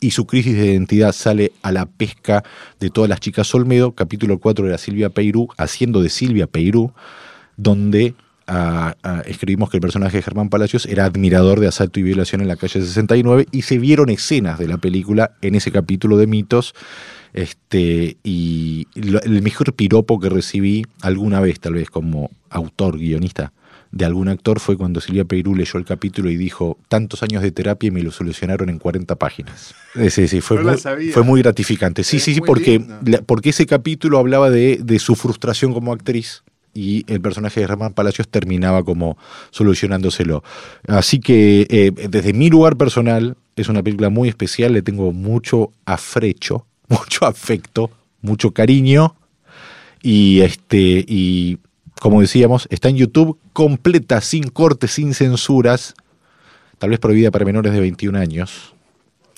y su crisis de identidad sale a la pesca de todas las chicas Olmedo, capítulo 4 de la Silvia Peirú, haciendo de Silvia Peirú, donde ah, ah, escribimos que el personaje de Germán Palacios era admirador de asalto y violación en la calle 69 y se vieron escenas de la película en ese capítulo de mitos. Este, y lo- el mejor piropo que recibí alguna vez, tal vez como autor, guionista, de algún actor fue cuando Silvia Peirú leyó el capítulo y dijo, tantos años de terapia y me lo solucionaron en 40 páginas. Eh, Sí, sí, fue, No la muy, sabía. fue muy gratificante. Sí, Es sí, sí, muy porque lindo. la- porque ese capítulo hablaba de, de su frustración como actriz y el personaje de Germán Palacios terminaba como solucionándoselo. Así que eh, desde mi lugar personal es una película muy especial, le tengo mucho afrecho, mucho afecto, mucho cariño y este y como decíamos, está en YouTube completa, sin cortes, sin censuras, tal vez prohibida para menores de 21 años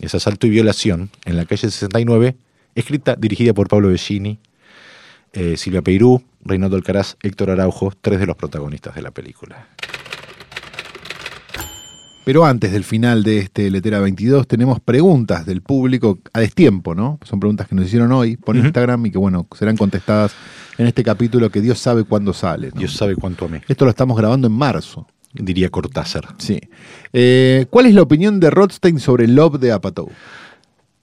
es Asalto y Violación, en la calle 69, escrita, dirigida por Pablo Bellini, eh, Silvia Peirú, Reinaldo Alcaraz, Héctor Araujo, tres de los protagonistas de la película. Pero antes del final de este Letera 22 tenemos preguntas del público a destiempo, ¿no? Son preguntas que nos hicieron hoy por Ujú. Instagram y que, bueno, serán contestadas en este capítulo que Dios sabe cuándo sale. ¿no? Dios sabe cuánto amé, Esto lo estamos grabando en marzo. diría Cortázar. Sí. Eh, ¿Cuál es la opinión de Rothstein sobre Love de Apatow?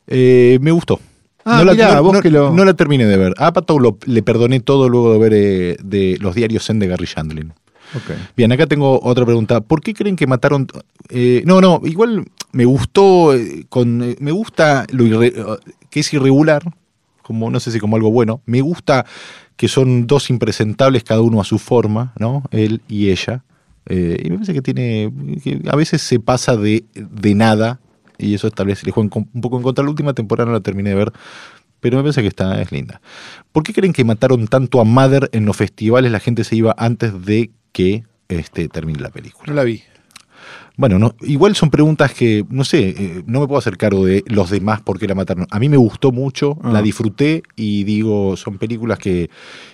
Eh, me gustó. Ah, mirá, vos no- que lo- no la terminé de ver. A Apatow lo- le perdoné todo luego de ver eh, de los diarios Zen de Gary Shandling. Ok. Bien, acá tengo otra pregunta. ¿Por qué creen que mataron? eh, no, no, igual me gustó, eh, con, eh, me gusta lo irre- eh, que es irregular, como no sé si como algo bueno. Me gusta que son dos impresentables cada uno a su forma, ¿no? Él y ella. Eh, y me parece que tiene, que a veces se pasa de, de nada y eso tal vez le juega en con- un poco en contra. La última temporada no la terminé de ver, pero me parece que está, es linda. ¿Por qué creen que mataron tanto a Mother en los festivales? La gente se iba antes de que este, termine la película. No la vi. Bueno, no, igual son preguntas que, no sé, eh, no me puedo hacer cargo de los demás por qué la mataron. A mí me gustó mucho, Ah. la disfruté y digo, son películas que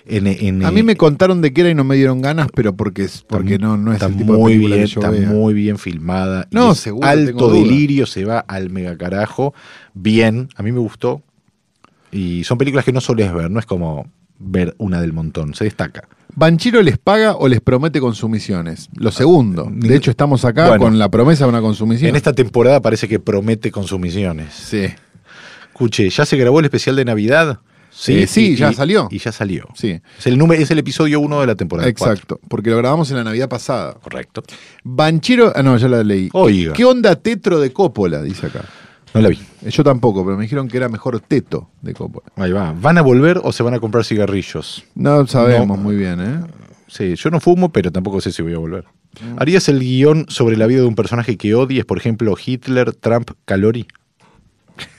en... en- A mí me contaron de qué era y no me dieron ganas, pero porque, porque está- no, no es está el tipo de muy película bien, que yo Está vea. muy bien filmada. y No, es seguro, tengo Alto duda. delirio, se va al mega carajo. Bien, a mí me gustó. Y son películas que no solés ver, no es como ver una del montón, se destaca. ¿Banchero les paga o les promete consumiciones? Lo segundo. Ah, ni- De hecho, estamos acá Bueno. con la promesa de una consumición. En este- esta temporada parece que promete consumiciones. Sí. Escuche, ¿ya se grabó el especial de Navidad? Eh, sí, y- ya y- salió. Y ya salió. Sí, Es el, número, es el episodio 1 de la temporada. cuatro. exacto. Porque lo grabamos en la Navidad pasada. Correcto. Banchero. Ah, no, ya la leí. Oiga. ¿Qué onda tetro de Coppola? Dice acá. No la vi. Eh, Yo tampoco, pero me dijeron que era mejor teto de Coppola. Ahí va. ¿Van a volver o se van a comprar cigarrillos? No sabemos No. muy bien, ¿eh? Sí, yo no fumo, pero tampoco sé si voy a volver. Mm. ¿Harías el guión sobre la vida de un personaje que odies, por ejemplo, Hitler, Trump, Calori?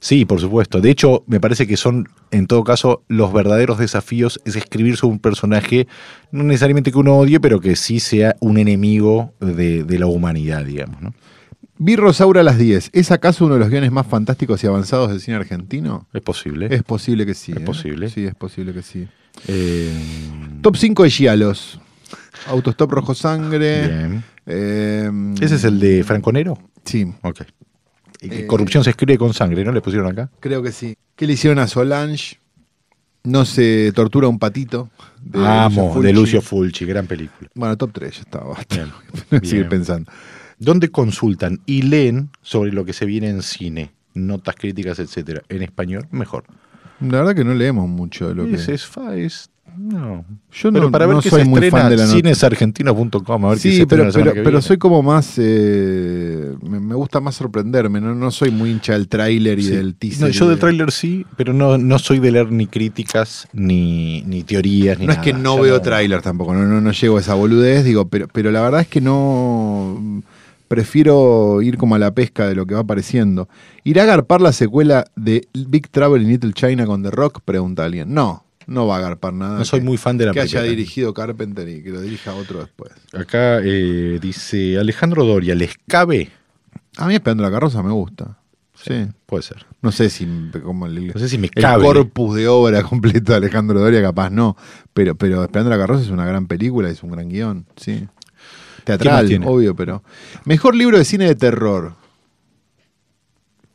Sí, por supuesto. De hecho, me parece que son, en todo caso, los verdaderos desafíos es escribir sobre un personaje, no necesariamente que uno odie, pero que sí sea un enemigo de, de la humanidad, digamos. ¿no? Vi Rosaura a las 10. ¿Es acaso uno de los guiones más fantásticos y avanzados del cine argentino? Es posible. Es posible que sí. Es ¿eh? posible. Sí, es posible que sí. Eh, Top 5 de Gialos. Autostop Rojo Sangre. bien. eh, ¿Ese es el de Franconero? Sí, Ok. Y que Eh, corrupción se escribe con sangre, ¿no? ¿Le pusieron acá? creo que sí. ¿Qué le hicieron a Solange? No se tortura a un patito. de Lucio Amo, Fulci. de Lucio Fulci, gran película. Bueno, top 3 ya está, basta. Bien. Voy a Seguir Bien. pensando. Donde consultan y leen sobre lo que se viene en cine, notas críticas, etcétera. En español, mejor. La verdad que no leemos mucho de lo que. Es, es, fa- es- no. Yo pero no- para ver no qué soy se muy estrena fan de la nota. cinesargentinos.com, a ver qué se Sí, estrena pero, la semana pero, que pero viene. soy como más. eh, me, me gusta más sorprenderme. No, no soy muy hincha del tráiler y Sí. del teaser. No, yo y de tráiler sí, pero no, no soy de leer ni críticas, ni, ni teorías, ni No es que nada. no Ya veo tráiler tampoco, no, no, no llego a esa boludez, digo, pero, pero la verdad es que no. Prefiero ir como a la pesca de lo que va apareciendo. ¿Irá a garpar la secuela de Big Travel in Little China con The Rock? Pregunta alguien. No, no va a garpar nada. No soy que- muy fan de la Que haya película. dirigido Carpenter y que lo dirija otro después. Acá eh, dice Alejandro Doria, ¿les cabe? A mí Esperando la Carroza me gusta. Sí. Puede ser. No sé si como el, No sé si me el cabe. corpus de obra completo de Alejandro Doria, capaz no. Pero, pero Esperando la Carroza es una gran película, es un gran guión, sí. ¿Qué Teatral, más tiene? obvio, pero. Mejor libro de cine de terror.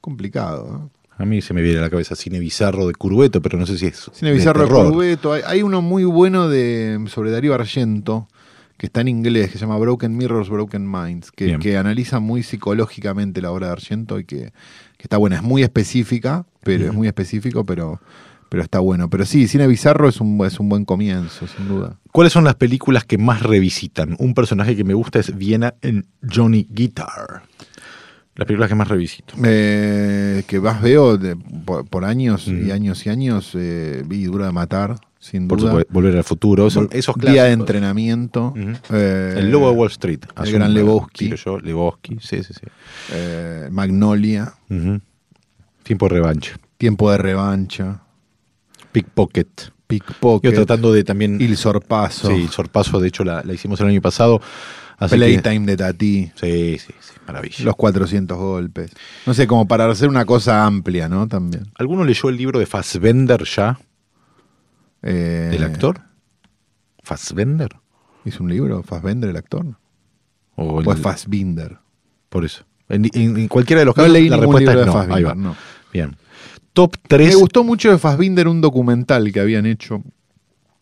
Complicado, ¿eh? A mí se me viene a la cabeza Cine Bizarro de Curbeto, pero no sé si es. Cine Bizarro de terror. Curbeto. Hay, hay uno muy bueno de, sobre Darío Argento, que está en inglés, que se llama Broken Mirrors, Broken Minds, que, Bien. que analiza muy psicológicamente la obra de Argento y que, que está buena. Es muy específica, pero es muy específico, pero, pero está bueno. Pero sí, Cine Bizarro es un, bu- es un buen comienzo, sin duda. ¿Cuáles son las películas que más revisitan? Un personaje que me gusta es Viena en Johnny Guitar. Las películas que más revisito. Eh, que más veo de- por, por años y años y años, eh, vi Dura de Matar, sin Mm. Por duda. supuesto, Volver al futuro. Son esos Día de clásicos. entrenamiento. Ujú. eh, El Lobo de Wall Street. El asumo, gran Lebowski. tiro Yo, Lebowski, sí, sí, sí. eh, Magnolia. Ujú. Tiempo de revancha. Tiempo de revancha. Pickpocket. Yo Pickpocket. tratando de también. Il sorpaso. sí, Sorpaso, de hecho, la, la hicimos el año pasado. así que- Playtime de Tati. Sí, sí, sí. Maravilla. Los 400 golpes. No sé, como para hacer una cosa amplia, ¿no? También. ¿Alguno leyó el libro de Fassbender ya? Eh, ¿Del actor? ¿Fassbender? ¿Hizo un libro? ¿Fassbender el actor? ¿O el- ¿O es Fassbinder? Por eso. En, en- en cualquiera de los No casos leí la ningún respuesta libro es de no. Fassbinder. Ahí va. no. Bien. Top Me 3. gustó mucho de Fassbinder un documental que habían hecho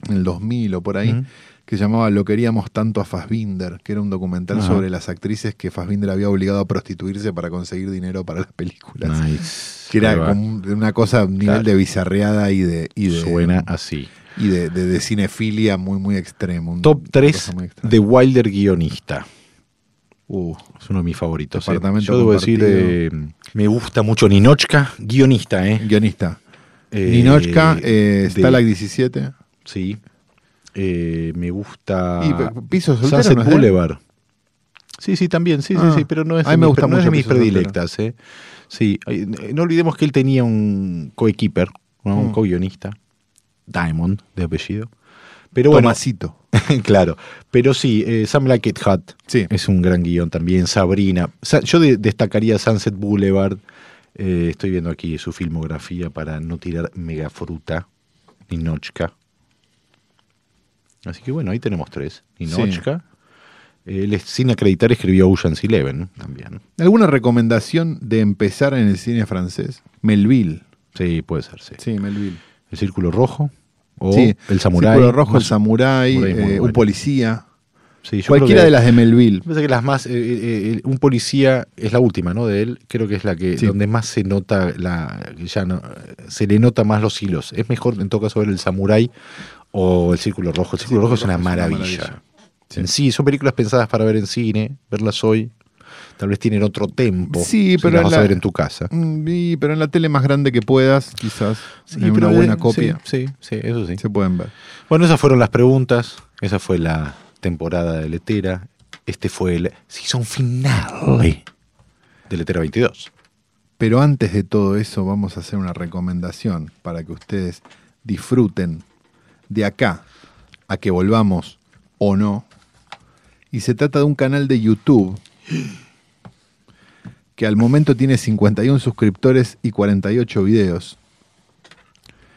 en el 2000 o por ahí, Ujú. que se llamaba Lo queríamos tanto a Fassbinder, que era un documental Ajá. sobre las actrices que Fassbinder había obligado a prostituirse para conseguir dinero para las películas. Nice. Que era Ahí va. como un- una cosa, un nivel Claro. de bizarreada y de. Y de Suena así. Y de, de- de cinefilia muy, muy extremo. un- Top una 3 cosa muy extraña. de Wilder guionista. Uh, Es uno de mis favoritos. eh. Departamento Yo debo compartido. decir, eh, me gusta mucho Ninochka, guionista, ¿eh? guionista. Eh, Ninochka, eh, de- Stalag 17. Sí. Eh, me gusta. y P- Piso Soltero. Sunset ¿no es de él? Boulevard. Sí, sí, también, sí, Ah. sí, sí, pero no es, A de mí me mis- gusta no es de mucho mis Piso Soltero. predilectas. eh. Sí, ay, n- no olvidemos que él tenía un coequiper, ¿no? un Mm. co-guionista, Diamond, de apellido. Pero bueno, Tomasito. claro, pero sí, eh, Sam Like It Hot Sí. es un gran guión también, Sabrina. Sa- yo de- destacaría Sunset Boulevard, eh, estoy viendo aquí su filmografía para no tirar megafruta, Ninochka. Así que bueno, ahí tenemos tres. Ninochka. Él es- sin acreditar escribió Ocean's Eleven también. ¿Alguna recomendación de empezar en el cine francés? Melville. Sí, puede ser, sí. Sí, Melville. El Círculo Rojo o Sí, El Samurái. Círculo Rojo, No el sé. Samurái, Samurái es muy eh, un bueno. policía. Sí, yo creo Cualquiera que- de las de Melville. Me parece que las más. eh, eh, eh, un policía es la última, ¿no? De él. Creo que es la que. Sí. Donde más se nota. la que ya no, Se le nota más los hilos. Es mejor, en todo caso, ver el Samurai o el Círculo Rojo. El Círculo Rojo es una maravilla. En sí, son películas pensadas para ver en cine, verlas hoy. Tal vez tienen otro tempo. Sí, si pero Las en vas a la- ver en tu casa. Mm, y- pero en la tele más grande que puedas, quizás. Sí, en pero, una eh, buena copia. Sí, sí, sí, eso sí. Se pueden ver. Bueno, esas fueron las preguntas. Esa fue la temporada de Letera. Este fue el season final de Letera 22. Pero antes de todo eso, vamos a hacer una recomendación para que ustedes disfruten de acá a que volvamos o no. Y se trata de un canal de YouTube que al momento tiene 51 suscriptores y 48 videos.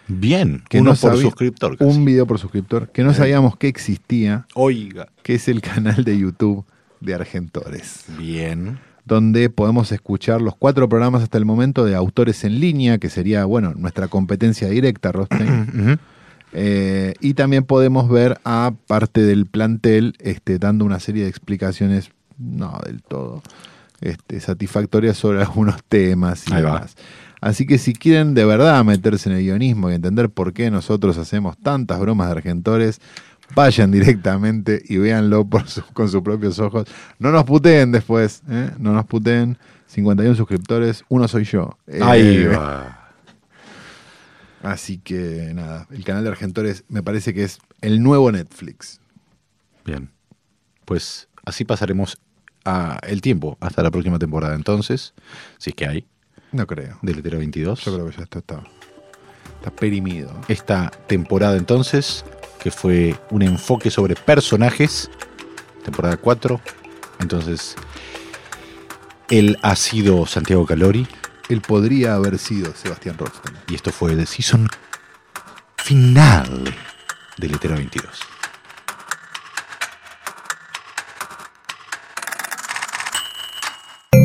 Bien, Que uno no por sabía- suscriptor. casi. Eh. Un video por suscriptor que no sabíamos que existía, Oiga. que es el canal de YouTube de Argentores. Bien. donde podemos escuchar los cuatro programas hasta el momento de autores en línea, que sería, bueno, nuestra competencia directa, Rostein. Ujú. Eh, y también podemos ver a parte del plantel este, dando una serie de explicaciones, no del todo, este, satisfactorias sobre algunos temas y Ahí va. demás. Así que si quieren de verdad meterse en el guionismo y entender por qué nosotros hacemos tantas bromas de argentores, vayan directamente y véanlo por su- con sus propios ojos. No nos puteen después, ¿eh? no nos puteen. 51 suscriptores, uno soy yo. Ahí Eh, va. Así que nada, el canal de Argentores me parece que es el nuevo Netflix. Bien. Pues así pasaremos a el tiempo hasta la próxima temporada. Entonces, si es que hay, No creo. de Letera 22. Yo creo que ya esto está, está perimido. esta temporada entonces, que fue un enfoque sobre personajes, temporada 4. Entonces, él ha sido Santiago Calori Él podría haber sido Sebastián Rothstein. y esto fue el season final de Letera 22.